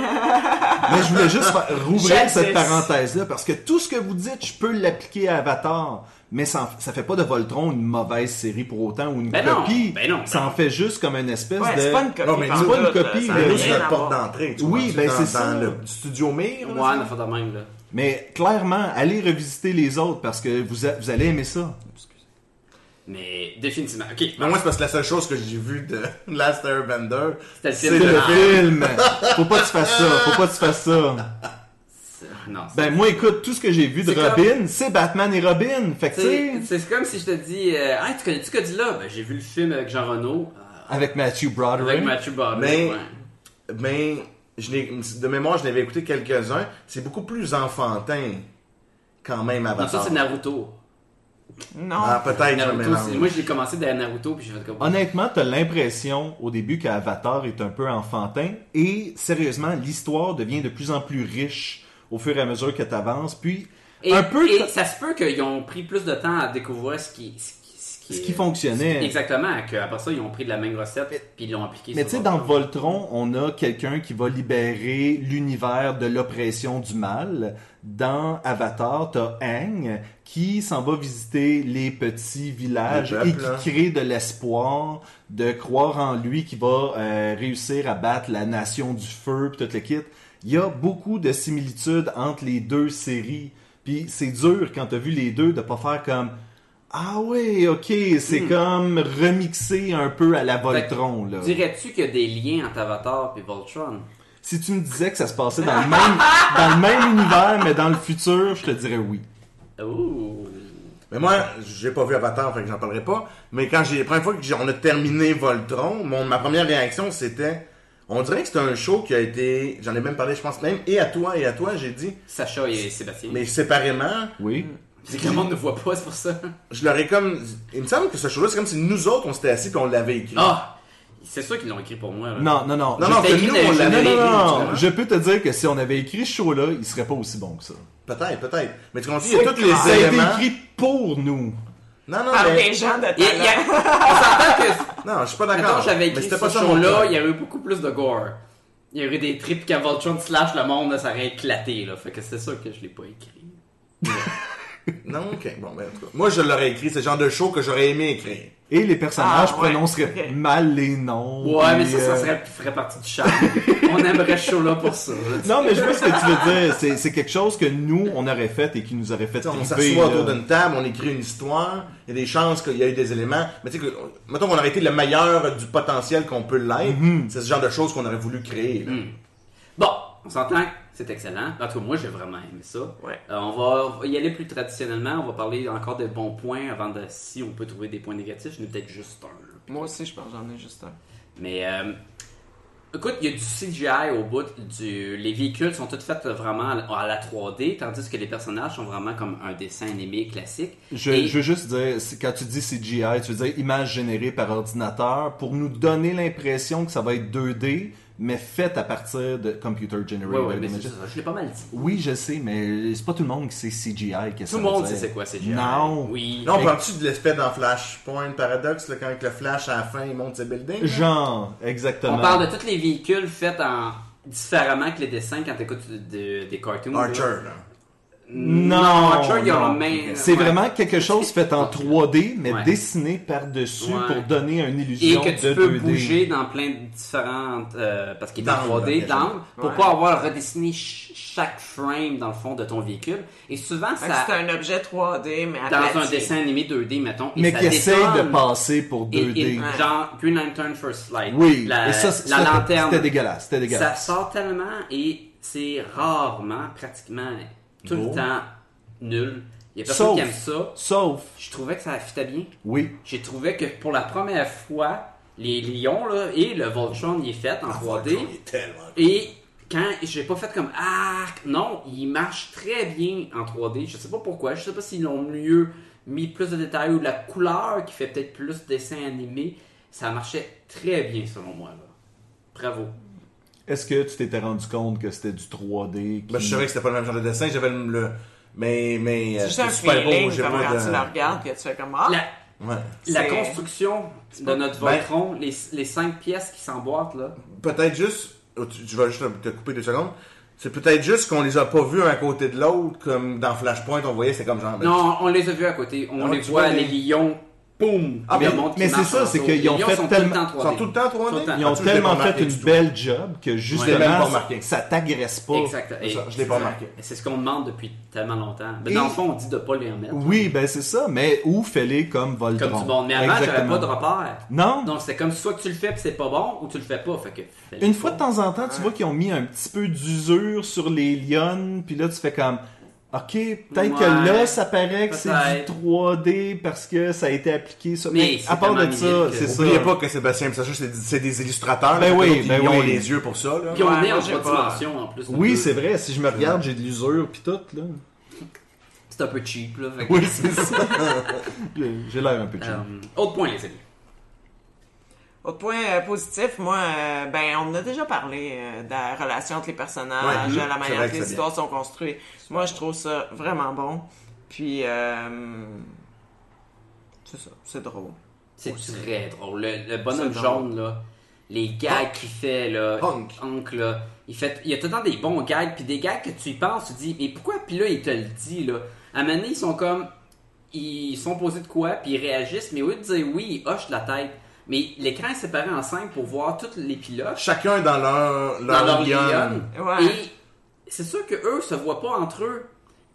Speaker 4: je voulais juste faire- rouvrir
Speaker 5: J'aime
Speaker 4: cette
Speaker 5: ça.
Speaker 4: parenthèse-là parce que tout ce que vous dites, je peux l'appliquer à Avatar. Mais ça, en- ça fait pas de Voltron une mauvaise série pour autant ou une
Speaker 1: Ben non,
Speaker 4: copie.
Speaker 1: ben non, ben
Speaker 4: ça en fait juste comme une espèce
Speaker 5: Ouais,
Speaker 4: de.
Speaker 5: c'est pas une copie.
Speaker 2: Non, mais
Speaker 5: par
Speaker 4: c'est pas une
Speaker 5: doute, là,
Speaker 4: copie,
Speaker 5: ça a
Speaker 4: mais-
Speaker 2: Mais nous,
Speaker 5: rien
Speaker 2: c'est notre
Speaker 5: à
Speaker 2: porte
Speaker 5: voir.
Speaker 2: d'entrée. tu
Speaker 4: Oui,
Speaker 2: vois,
Speaker 4: ben,
Speaker 2: dans-
Speaker 4: c'est ça.
Speaker 2: Dans le studio Mir. là,
Speaker 1: Moi,
Speaker 2: ça.
Speaker 1: la fois de même, là.
Speaker 4: Mais clairement, allez revisiter les autres parce que vous, a- vous allez aimer ça.
Speaker 1: Mais définitivement. Ok,
Speaker 4: Ben,
Speaker 2: Mais moi, c'est parce que la seule chose que j'ai vue de <laughs> Last Airbender,
Speaker 1: c'était le film
Speaker 4: C'est
Speaker 1: de
Speaker 4: le
Speaker 1: la-
Speaker 4: film. Faut pas que tu fasses ça. Faut pas que tu fasses ça.
Speaker 1: Non, c'est-
Speaker 4: Ben moi écoute, tout ce que j'ai vu de
Speaker 1: C'est
Speaker 4: Robin, c'est Batman et Robin. Fait que tu sais,
Speaker 1: c'est c'est comme si je te dis euh, Ah, tu connais-tu Godzilla Ben, j'ai vu le film avec Jean Reno. euh,
Speaker 4: avec Matthew
Speaker 1: avec
Speaker 4: Broderick.
Speaker 1: Matthew Broderick.
Speaker 2: Mais,
Speaker 1: ouais.
Speaker 2: mais ben, je n'ai- de mémoire, je l'avais écouté quelques-uns. C'est beaucoup plus enfantin, quand même,
Speaker 1: Non, ça,
Speaker 2: Avatar.
Speaker 1: c'est Naruto.
Speaker 5: Non.
Speaker 2: Ah, peut-être, je
Speaker 1: Naruto
Speaker 2: mélange.
Speaker 1: c'est- moi, j'ai commencé derrière Naruto, puis j'ai fait comme.
Speaker 4: Honnêtement, t'as l'impression au début qu'Avatar est un peu enfantin et sérieusement, l'histoire devient de plus en plus riche au fur et à mesure que t'avances. Puis
Speaker 1: Et,
Speaker 4: un peu
Speaker 1: et ça se peut qu'ils ont pris plus de temps à découvrir ce qui, ce qui,
Speaker 4: ce qui fonctionnait.
Speaker 1: Exactement, qu'après ça, ils ont pris de la même recette, puis ils l'ont appliqué.
Speaker 4: Mais
Speaker 1: sur
Speaker 4: tu sais,
Speaker 1: leur-
Speaker 4: dans Voltron, on a quelqu'un qui va libérer l'univers de l'oppression du mal. Dans Avatar, t'as Aang qui s'en va visiter les petits villages
Speaker 2: Les
Speaker 4: et
Speaker 2: peuples, hein.
Speaker 4: qui crée de l'espoir, de croire en lui qui va euh, réussir à battre la nation du feu puis tout le kit. Il y a beaucoup de similitudes entre les deux séries. Puis c'est dur quand t'as vu les deux de pas faire comme ah oui, ok, c'est comme remixé un peu à la Voltron là.
Speaker 1: Dirais-tu qu'il y a des liens entre Avatar et Voltron
Speaker 4: Si tu me disais que ça se passait dans le même, <laughs> dans le même univers, mais dans le futur, je te dirais oui.
Speaker 1: Ouh
Speaker 2: Mais moi, j'ai pas vu Avatar, fait que j'en parlerai pas. Mais quand j'ai, la première fois que j'ai- on a terminé Voltron, mon, ma première réaction, c'était, on dirait que c'est un show qui a été, j'en ai même parlé, je pense même, et à toi, et à toi, j'ai dit,
Speaker 1: Sacha et Sébastien.
Speaker 2: mais séparément,
Speaker 4: Oui.
Speaker 1: C'est que le monde ne voit pas, c'est pour ça.
Speaker 2: je leur ai comme, il me semble que ce show-là, c'est comme si nous autres, on s'était assis pis on l'avait écrit.
Speaker 1: Ah C'est sûr qu'ils l'ont écrit pour moi. là.
Speaker 4: Non, non, non.
Speaker 2: Non,
Speaker 4: je...
Speaker 2: non,
Speaker 1: J'ai
Speaker 2: que
Speaker 1: écrit
Speaker 2: nous,
Speaker 1: dans-
Speaker 2: on
Speaker 1: j'ai
Speaker 2: l'avait
Speaker 1: écrit
Speaker 2: écrit.
Speaker 1: dans-
Speaker 4: non,
Speaker 2: tu vois.
Speaker 4: Je peux te dire que si on avait écrit ce show-là, il serait pas aussi bon que ça.
Speaker 2: Peut-être, peut-être. Mais tu comprends, il y a tous
Speaker 4: ça
Speaker 2: les
Speaker 4: a été
Speaker 2: éléments.
Speaker 4: écrit pour nous.
Speaker 2: Non, non,
Speaker 5: Par
Speaker 2: mais-
Speaker 5: des gens de
Speaker 1: Il y a- il y a-
Speaker 5: talent.
Speaker 1: On
Speaker 2: <laughs>
Speaker 1: s'entend que
Speaker 2: Non, je suis pas
Speaker 1: Mettons,
Speaker 2: d'accord.
Speaker 1: j'avais
Speaker 2: Mais
Speaker 1: écrit
Speaker 2: c'était
Speaker 1: ce
Speaker 2: pas ça mon
Speaker 1: show-là,
Speaker 2: point.
Speaker 1: il y aurait eu beaucoup plus de gore. Il y aurait eu des tripes qu'à Voltron slash le monde, là, ça aurait éclaté, là. Fait que c'est sûr que je l'ai pas écrit.
Speaker 2: Non, ok. Bon, ben, en tout cas. Moi, je l'aurais écrit. C'est le genre de show que j'aurais aimé écrire.
Speaker 4: Et les personnages
Speaker 5: Ah, ouais,
Speaker 4: prononceraient
Speaker 5: ok.
Speaker 4: mal les noms.
Speaker 1: Ouais, mais
Speaker 4: puis,
Speaker 1: ça, ça
Speaker 4: euh,
Speaker 1: serait, ferait partie du
Speaker 2: <laughs>
Speaker 1: charme. On aimerait ce show-là pour ça. là.
Speaker 4: Non, mais je vois ce que tu veux dire. C'est, c'est quelque chose que nous, on aurait fait et qui nous aurait fait
Speaker 2: Tu sais, on
Speaker 4: triper,
Speaker 2: s'assoit
Speaker 4: là.
Speaker 2: autour d'une table, on écrit une histoire. Il y a des chances qu'il y ait des éléments. Mais tu sais, que, mettons qu'on aurait été le meilleur du potentiel qu'on peut l'être.
Speaker 4: Mhm.
Speaker 2: C'est ce genre de choses qu'on aurait voulu créer. là.
Speaker 5: Mhm.
Speaker 1: Bon, on s'entend que c'est excellent. En tout cas, moi, j'ai vraiment aimé ça.
Speaker 5: Ouais.
Speaker 1: Euh, on va y aller plus traditionnellement. On va parler encore des bons points avant de si on peut trouver des points négatifs. J'en ai peut-être juste un. là.
Speaker 5: Moi aussi, je pense que j'en ai juste un.
Speaker 1: Mais euh, écoute, il y a du CGI au bout. Du, les véhicules sont tous faits vraiment à à la 3D, tandis que les personnages sont vraiment comme un dessin animé classique.
Speaker 4: Je,
Speaker 1: Et-
Speaker 4: je veux juste dire, c'est- quand tu dis CGI, tu veux dire image générée par ordinateur pour nous donner l'impression que ça va être 2D, mais faite à partir de computer
Speaker 1: Ouais,
Speaker 4: generated
Speaker 1: ouais, mais c'est
Speaker 4: images.
Speaker 1: ça, je l'ai pas mal dit.
Speaker 4: Oui, je sais, mais c'est pas tout le monde qui sait CGI. qu'est-ce
Speaker 1: Tout le
Speaker 4: que ça veut
Speaker 1: monde sait
Speaker 4: dire.
Speaker 1: c'est quoi CGI.
Speaker 4: Non.
Speaker 1: Oui.
Speaker 2: Là, on parle-tu de l'espèce dans Flashpoint Paradox, là, quand que le Flash, à la fin, il monte ses buildings? là?
Speaker 4: Genre, exactement.
Speaker 1: On parle de tous les véhicules faits en différemment que les dessins quand t'écoutes de- de- des cartoons. là.
Speaker 2: Archer, là.
Speaker 1: Non, Archer, il y a
Speaker 4: non.
Speaker 1: un main.
Speaker 4: C'est
Speaker 1: ouais.
Speaker 4: vraiment
Speaker 1: <laughs>
Speaker 4: quelque chose fait en 3D, mais
Speaker 1: Ouais.
Speaker 4: dessiné par-dessus
Speaker 1: Ouais.
Speaker 4: pour donner une
Speaker 1: Et
Speaker 4: illusion
Speaker 1: que tu
Speaker 4: de
Speaker 1: peux
Speaker 4: 2D.
Speaker 1: bouger dans plein de différentes. euh, parce qu'il est en
Speaker 2: D'angles,
Speaker 1: 3D,
Speaker 2: ok,
Speaker 1: d'angles, pour
Speaker 5: Ouais.
Speaker 1: pas avoir redessiné ch- chaque frame dans le fond de ton véhicule. Et souvent,
Speaker 5: Fait que C'est
Speaker 1: ça.
Speaker 5: un objet 3D, mais
Speaker 1: Dans un
Speaker 5: aplati.
Speaker 1: dessin animé 2D, mettons. et
Speaker 4: mais
Speaker 1: ça
Speaker 4: qui essaye de
Speaker 1: détonne.
Speaker 4: passer pour
Speaker 1: Et-
Speaker 4: 2D.
Speaker 1: et genre Green Lantern First Light.
Speaker 4: Oui,
Speaker 1: la,
Speaker 4: et ça,
Speaker 1: la
Speaker 4: ça,
Speaker 1: lanterne.
Speaker 4: C'était dégueulasse, c'était
Speaker 1: Ça
Speaker 4: dégueulasse.
Speaker 1: sort tellement et c'est rarement, pratiquement tout
Speaker 2: Beau.
Speaker 1: le temps nul. Il y a personne
Speaker 4: Sauf-
Speaker 1: qui aime ça.
Speaker 4: Sauf,
Speaker 1: Je trouvais que ça fitait bien.
Speaker 4: oui,
Speaker 1: J'ai trouvé que pour la première fois, les lions là, et le Voltron, il est fait en 3D.
Speaker 2: Ah, Il est tellement
Speaker 1: Et quand j'ai pas fait comme Ah non, il marche très bien en 3D. Je sais pas pourquoi. Je sais pas s'ils l'ont mieux mis plus de détails ou la couleur qui fait peut-être plus dessin animé. Ça marchait très bien selon moi. Là. Bravo.
Speaker 4: Est-ce que tu t'étais rendu compte que c'était du 3D? qui-
Speaker 2: Ben, je savais que c'était pas le même genre de dessin, j'avais le. le- Mais. mais euh,
Speaker 5: C'est juste un
Speaker 2: super beau,
Speaker 5: feeling,
Speaker 2: j'ai
Speaker 5: comme
Speaker 2: pas
Speaker 5: quand
Speaker 2: de-
Speaker 5: tu le regardes, que tu fais comme, ah,
Speaker 1: La,
Speaker 2: Ouais.
Speaker 1: la
Speaker 5: C'est-
Speaker 1: construction de notre
Speaker 2: Ben-
Speaker 1: Voltron, les, les cinq pièces qui s'emboîtent là.
Speaker 2: Peut-être juste. oh, Tu, tu vas juste te couper deux secondes. C'est peut-être juste qu'on les a pas vus un à côté de l'autre, comme dans Flashpoint, on voyait, c'est comme genre. ben,
Speaker 1: Non, on les a vus à côté. On
Speaker 2: Ah ouais,
Speaker 1: les
Speaker 2: tu
Speaker 1: voit,
Speaker 2: vois les-
Speaker 1: les lions. Boum!
Speaker 2: Ah,
Speaker 1: Tout le
Speaker 2: mais-
Speaker 1: monde qui
Speaker 4: mais c'est
Speaker 1: marche
Speaker 4: ça,
Speaker 1: en
Speaker 4: c'est
Speaker 1: saut.
Speaker 4: qu'ils
Speaker 1: Les
Speaker 4: ont
Speaker 1: lions
Speaker 4: fait
Speaker 1: sont
Speaker 4: tellement-
Speaker 1: tout le temps
Speaker 2: Ils sont
Speaker 1: 3D.
Speaker 2: tout le temps 3D?
Speaker 1: Tout le temps.
Speaker 4: Ils ont
Speaker 2: Ah, tu, je l'ai pas
Speaker 4: tellement fait
Speaker 2: remarqué
Speaker 4: une
Speaker 2: du tout.
Speaker 4: belle job que
Speaker 2: l'ai même pas
Speaker 4: justement,
Speaker 2: remarqué.
Speaker 4: ça t'agresse pas.
Speaker 1: Exact.
Speaker 2: C'est ça,
Speaker 1: Et
Speaker 2: je l'ai pas
Speaker 1: c'est-
Speaker 2: remarqué.
Speaker 1: C'est ce qu'on demande depuis tellement longtemps. Mais
Speaker 4: Et-
Speaker 1: dans le fond, on dit de pas les remettre.
Speaker 4: Oui, ben c'est ça, mais où fais-les comme Voltron?
Speaker 1: Comme du monde. Mais avant, j'avais
Speaker 4: Exactement.
Speaker 1: pas de repère.
Speaker 4: Non?
Speaker 1: Donc, c'est comme soit que tu le fais puis c'est pas bon, ou tu le fais pas. Fait que, fais-le
Speaker 4: Une
Speaker 1: pas.
Speaker 4: fois de temps en temps, tu vois qu'ils ont mis un petit peu d'usure sur les lions, puis là, tu fais comme... Ok, peut-être que
Speaker 1: Ouais.
Speaker 4: là, ça paraît que c'est du
Speaker 1: Peut-être.
Speaker 4: 3D parce que ça a été appliqué sur...
Speaker 1: Mais c'est
Speaker 4: à part de
Speaker 1: tellement
Speaker 4: ça,
Speaker 1: minime que-
Speaker 4: c'est ça.
Speaker 2: N'oubliez pas que Sébastien et Sacha, c'est des- c'est des illustrateurs.
Speaker 4: Ben
Speaker 2: là,
Speaker 4: oui,
Speaker 2: eux autres,
Speaker 4: ben
Speaker 2: Ils ont
Speaker 4: oui.
Speaker 2: les yeux pour ça, là.
Speaker 1: Puis on
Speaker 5: Ouais,
Speaker 1: est
Speaker 5: moi,
Speaker 1: en
Speaker 5: j'ai
Speaker 1: trois
Speaker 5: pas.
Speaker 1: dimensions en plus.
Speaker 4: Oui,
Speaker 1: Donc,
Speaker 4: c'est vrai. Si je me regarde, j'ai de l'usure puis tout,
Speaker 1: <laughs>
Speaker 4: là.
Speaker 1: C'est un peu cheap, là. Fait que-
Speaker 4: Oui, c'est ça. J'ai j'ai l'air un peu
Speaker 1: Euh,
Speaker 4: chum.
Speaker 1: autre point, les amis.
Speaker 5: Autre point euh, positif, moi, euh, ben, on en a déjà parlé euh, de la relation entre les personnages,
Speaker 2: Ouais,
Speaker 5: euh, la
Speaker 2: c'est
Speaker 5: manière
Speaker 2: vrai
Speaker 5: que
Speaker 2: que
Speaker 5: les
Speaker 2: c'est
Speaker 5: histoires sont construites. Moi, je trouve ça vraiment bon. Puis, euh, c'est ça, c'est drôle.
Speaker 1: C'est très drôle. Le, le bonhomme
Speaker 5: C'est
Speaker 1: jaune, là. Les gags qu'il fait, là.
Speaker 2: Hunk.
Speaker 1: Hunk, là. Il, fait, il y a tout le temps des bons gags, puis des gags que tu y penses, tu dis, mais pourquoi? Puis là, il te le dit, là. À un moment donné, ils sont comme. Ils sont posés de quoi, puis ils réagissent, mais au lieu de dire oui, ils hochent la tête. Mais l'écran est séparé en cinq pour voir tous les pilotes
Speaker 2: Chacun dans leur,
Speaker 1: dans
Speaker 2: leur,
Speaker 1: leur
Speaker 2: lion.
Speaker 1: lion.
Speaker 5: Ouais.
Speaker 1: Et c'est sûr que eux se voient pas entre eux.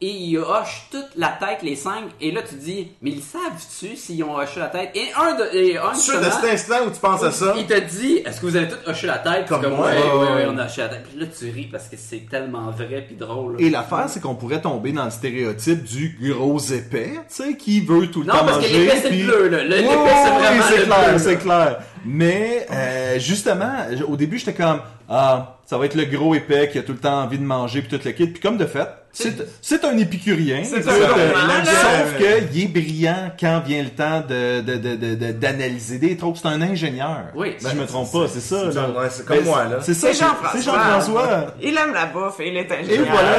Speaker 1: Et ils hochent toute la tête, les cinq. Et là, tu dis, mais ils savent-tu s'ils ont hoché la tête? Et un de. Et un
Speaker 2: Sûr de
Speaker 1: justement,
Speaker 2: cet instant où tu penses à ça,
Speaker 1: il te dit, est-ce que vous avez tous hoché la tête?
Speaker 2: Comme moi.
Speaker 1: ouais,
Speaker 2: Ouais,
Speaker 1: ouais,
Speaker 4: hein? ouais.
Speaker 1: ouais, on a hoché la tête. Puis là, tu ris parce que c'est tellement vrai puis drôle. là.
Speaker 4: Et l'affaire, c'est qu'on pourrait tomber dans le stéréotype du gros épais, tu sais, qui veut tout le
Speaker 1: Non,
Speaker 4: temps
Speaker 1: parce que
Speaker 4: manger.
Speaker 1: l'épée, c'est
Speaker 4: puis-
Speaker 1: le bleu, là. Le-
Speaker 4: Oui,
Speaker 1: L'épée, <laughs> c'est
Speaker 4: oui,
Speaker 1: vraiment
Speaker 4: c'est
Speaker 1: le bleu,
Speaker 4: clair,
Speaker 1: là.
Speaker 4: c'est clair. Mais euh, justement, j- au début, j'étais comme ah, ça va être le gros épais qui a tout le temps envie de manger puis tout le kit. Puis comme de fait, c'est c'est un épicurien.
Speaker 5: C'est
Speaker 4: Sauf
Speaker 5: un gourmand, là.
Speaker 4: sauf que il est brillant quand vient le temps de de- de- de- de- d'analyser des trucs. C'est un ingénieur.
Speaker 1: Oui.
Speaker 4: si je me trompe pas, c'est ça.
Speaker 2: c'est
Speaker 4: là.
Speaker 2: genre- ouais, c'est comme
Speaker 4: Ben,
Speaker 2: moi, là.
Speaker 4: C'est ça.
Speaker 5: C'est
Speaker 4: c'est-
Speaker 5: Jean-François.
Speaker 4: C'est Jean-François.
Speaker 5: Il aime la bouffe et il est
Speaker 4: Et
Speaker 5: ingénieur.
Speaker 2: <laughs>
Speaker 4: voilà.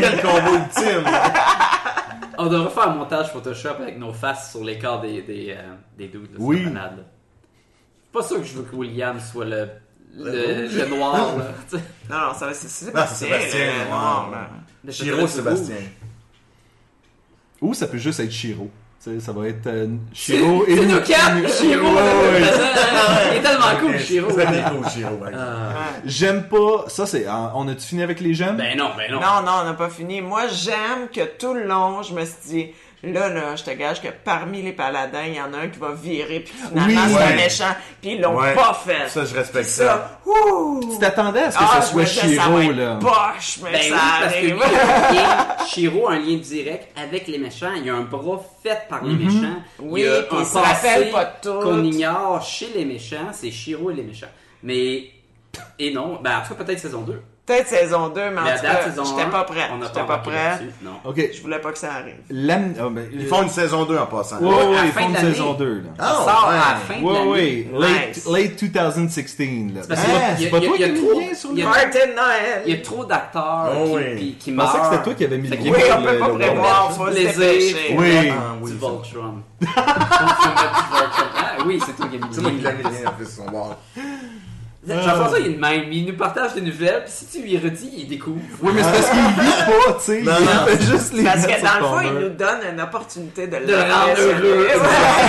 Speaker 2: quel combo ultime.
Speaker 1: On devrait faire un montage Photoshop avec nos faces sur l'écart des, des, euh, des dudes. là. C'est
Speaker 4: Oui.
Speaker 1: malade, là. Je suis pas sûr que je veux que William soit le, le, le noir. là. Tu sais.
Speaker 5: Non, non, ça va, c'est c'est Sébastien.
Speaker 2: Non, Ah, c'est Sébastien,
Speaker 5: là,
Speaker 2: ouais.
Speaker 5: non, ben.
Speaker 1: Mais ça
Speaker 2: Chiro
Speaker 1: devrait être
Speaker 2: Sébastien.
Speaker 1: rouge.
Speaker 4: Ou ça peut juste être Shiro. Tu sais, ça va être euh, Shiro et
Speaker 1: C'est nous quatre! Chiro!
Speaker 4: Ouais, ouais.
Speaker 1: Il est tellement cool, Chiro!
Speaker 2: C'est bien cool, Chiro, par exemple.
Speaker 1: Ah.
Speaker 4: J'aime pas. Ça, c'est. hein, On a-tu fini avec les jeunes?
Speaker 1: Ben non, ben non.
Speaker 5: Non, non, on n'a pas fini. Moi, j'aime que tout le long, je me suis dit, là, là, je te gage que parmi les paladins, il y en a un qui va virer, puis finalement,
Speaker 4: Oui.
Speaker 5: c'est
Speaker 2: Ouais.
Speaker 5: un méchant, puis ils l'ont
Speaker 2: Ouais.
Speaker 5: pas fait.
Speaker 2: Ça, je respecte
Speaker 5: Ça,
Speaker 2: ça.
Speaker 5: ouh!
Speaker 4: Tu t'attendais à ce que
Speaker 5: Ah,
Speaker 4: ce soit
Speaker 5: je me disais, ça
Speaker 4: Shiro,
Speaker 5: va être
Speaker 4: là.
Speaker 5: Poche, mais
Speaker 1: Ben oui,
Speaker 5: ça
Speaker 1: parce que lui,
Speaker 5: arrive.
Speaker 1: il y a Shiro a un lien direct avec les méchants. Il y a un bras fait par les méchants.
Speaker 5: Mm-hmm. Oui,
Speaker 1: il y a
Speaker 5: puis
Speaker 1: un
Speaker 5: il se rappelle
Speaker 1: passé
Speaker 5: pas de tout.
Speaker 1: qu'on ignore chez les méchants. C'est Shiro et les méchants. Mais... Et non, ben en tout cas peut-être saison 2.
Speaker 5: <laughs> Peut-être saison 2, mais,
Speaker 1: Mais
Speaker 5: en
Speaker 1: à
Speaker 5: tout
Speaker 1: date,
Speaker 5: cas,
Speaker 1: saison 1,
Speaker 5: j'étais pas prêt.
Speaker 1: on n'a
Speaker 5: J'étais
Speaker 1: pas
Speaker 5: pas
Speaker 1: embarqué
Speaker 5: prêt.
Speaker 1: là-dessus, Non.
Speaker 4: Ok.
Speaker 5: Je voulais pas que ça arrive.
Speaker 4: L'am- ah, ben, euh,
Speaker 2: Ils font une saison 2 en passant.
Speaker 4: Ouais, ouais,
Speaker 1: à la
Speaker 4: ils
Speaker 1: fin
Speaker 4: font
Speaker 1: de
Speaker 4: une
Speaker 1: l'année.
Speaker 4: saison 2, là.
Speaker 2: Ah,
Speaker 1: sort à la
Speaker 2: ouais.
Speaker 1: fin de
Speaker 4: Ouais,
Speaker 1: l'année.
Speaker 4: ouais. Late,
Speaker 5: Nice.
Speaker 4: late 2016, là.
Speaker 1: parce que
Speaker 4: Ah,
Speaker 1: il y
Speaker 4: c'est
Speaker 1: a-
Speaker 4: pas
Speaker 1: il y a-
Speaker 4: toi
Speaker 1: il y
Speaker 4: qui
Speaker 1: a
Speaker 4: as mis
Speaker 1: trop-
Speaker 4: le lien sur
Speaker 1: il y
Speaker 4: le.
Speaker 1: a-
Speaker 5: Martin Noël!
Speaker 1: Il y a trop d'acteurs
Speaker 2: Oh
Speaker 1: qui,
Speaker 2: oui.
Speaker 1: qui- qui
Speaker 4: Je
Speaker 1: meurent.
Speaker 4: pensais que c'était toi qui avais mis le
Speaker 1: Fait
Speaker 4: lien.
Speaker 1: qu'il
Speaker 5: Oui, on
Speaker 4: le-
Speaker 5: peut pas
Speaker 4: le-
Speaker 5: prévoir,
Speaker 1: le-
Speaker 5: faut se
Speaker 1: plaisir.
Speaker 5: dépêcher.
Speaker 4: Oui.
Speaker 2: Ah, oui,
Speaker 1: Du
Speaker 2: c'est
Speaker 1: <laughs>
Speaker 2: ça.
Speaker 1: Voltron. Du Voltron. Ah oui, c'est toi qui as mis
Speaker 2: C'est moi qui
Speaker 1: le
Speaker 2: l'ai
Speaker 1: lien.
Speaker 2: mis en plus, on va voir.
Speaker 1: Jean-François, il est de même. Il nous partage des nouvelles, puis si tu lui redis, il découvre.
Speaker 4: Oui, mais c'est parce qu'il lit pas, tu sais.
Speaker 2: Non,
Speaker 4: il <laughs>
Speaker 2: non.
Speaker 4: fait juste les
Speaker 5: Parce
Speaker 4: mettre
Speaker 5: que dans
Speaker 4: sur
Speaker 5: le fond,
Speaker 4: son
Speaker 5: il
Speaker 4: mur.
Speaker 5: nous donne une opportunité de,
Speaker 1: De le rendre heureux.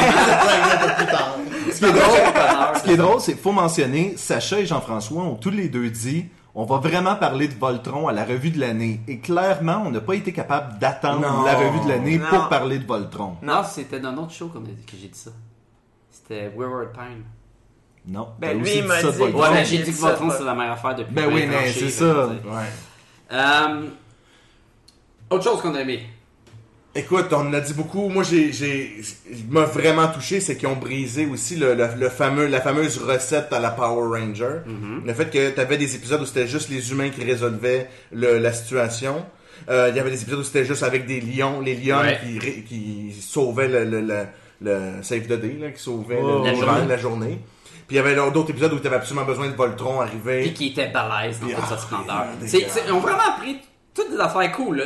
Speaker 2: plus tard.
Speaker 4: Ce qui est drôle, ce qui est drôle, c'est faut mentionner, Sacha et Jean-François ont tous les deux dit. On va vraiment parler de Voltron à la revue de l'année. Et clairement, on n'a pas été capable d'attendre
Speaker 2: Non.
Speaker 4: la revue de l'année
Speaker 5: Non.
Speaker 4: pour parler de Voltron.
Speaker 1: <laughs> Non, c'était dans un autre show comme que j'ai dit ça. C'était Wayward Pine.
Speaker 4: Non.
Speaker 5: Ben,
Speaker 4: t'as
Speaker 5: lui,
Speaker 4: aussi
Speaker 5: il m'a
Speaker 4: ça de
Speaker 5: dit-
Speaker 4: Voltron.
Speaker 1: Ouais,
Speaker 5: Ouais,
Speaker 1: mais j'ai
Speaker 5: j'ai
Speaker 1: dit que
Speaker 5: dit ça,
Speaker 1: Voltron,
Speaker 5: pas-
Speaker 1: c'est la meilleure affaire depuis
Speaker 4: Ben oui,
Speaker 1: vingt ans,
Speaker 4: mais
Speaker 1: je sais,
Speaker 4: c'est
Speaker 1: fait
Speaker 4: ça.
Speaker 1: que c'est- Euh, autre chose qu'on a aimé.
Speaker 2: Écoute, on en a dit beaucoup. Moi, j'ai, j'ai, il m'a vraiment touché, c'est qu'ils ont brisé aussi le, le- le fameux, la fameuse recette à la Power Ranger.
Speaker 1: Mm-hmm.
Speaker 2: Le fait que t'avais des épisodes où c'était juste les humains qui résolvaient le- la situation. Euh, Il y avait des épisodes où c'était juste avec des lions, les lions
Speaker 1: Ouais.
Speaker 2: qui, ré- qui sauvaient le, le, le, le save the day, là, qui sauvaient le-
Speaker 1: La
Speaker 2: le,
Speaker 1: journée.
Speaker 2: la journée. Puis il y avait d'autres épisodes où t'avais absolument besoin de Voltron arriver.
Speaker 1: Puis qui était balèze dans
Speaker 2: Ah,
Speaker 1: toute sa splendeur.
Speaker 2: il est
Speaker 1: C'est- c'est- Ils ont vraiment appris toutes des affaires cool. là.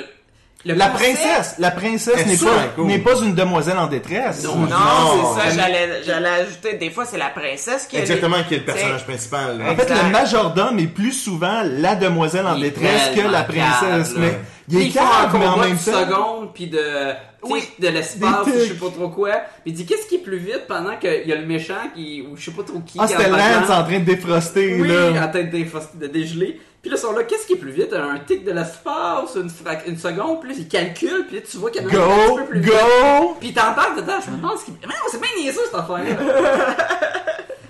Speaker 1: Le
Speaker 4: La
Speaker 1: concept-
Speaker 4: princesse, la princesse
Speaker 2: Elle
Speaker 4: n'est
Speaker 2: est
Speaker 4: pas,
Speaker 2: super cool.
Speaker 4: n'est pas une demoiselle en détresse.
Speaker 5: Non,
Speaker 2: Non.
Speaker 5: c'est ça, j'allais, j'allais ajouter. Des fois, c'est la princesse qui a les-
Speaker 2: Exactement, qui est le personnage
Speaker 5: T'sais,
Speaker 2: principal. là.
Speaker 4: En fait,
Speaker 5: Exact.
Speaker 4: le majordome est plus souvent la demoiselle en
Speaker 1: Il est
Speaker 4: détresse que
Speaker 1: tellement
Speaker 4: la princesse.
Speaker 1: calme, là.
Speaker 4: mais il est
Speaker 1: Ils font un
Speaker 4: calme, mais en
Speaker 1: combat de
Speaker 4: même temps. ah,
Speaker 1: secondes, puis de, tu
Speaker 5: Oui.
Speaker 1: sais, de l'espace,
Speaker 4: Des
Speaker 1: je sais pas trop quoi. Puis il dit, qu'est-ce qui est plus vite pendant qu'il y a le méchant qui, ou je sais pas trop qui.
Speaker 4: Ah,
Speaker 1: qui est
Speaker 4: c'était
Speaker 1: en avant?
Speaker 4: Lance en train de défroster,
Speaker 1: Oui,
Speaker 4: là.
Speaker 1: en tête d'infos- de dégeler. Puis là, ils sont là, qu'est-ce qui est plus vite? Un tic de l'espace, une, frac- une seconde, puis là, ils calculent, puis là, tu vois qu'il y en a un petit
Speaker 4: Go,
Speaker 1: peu plus vite.
Speaker 4: go!
Speaker 1: Puis t'entends dedans, je me demande ce qui. Mais non, c'est bien niaiseux cette affaire-là. <laughs>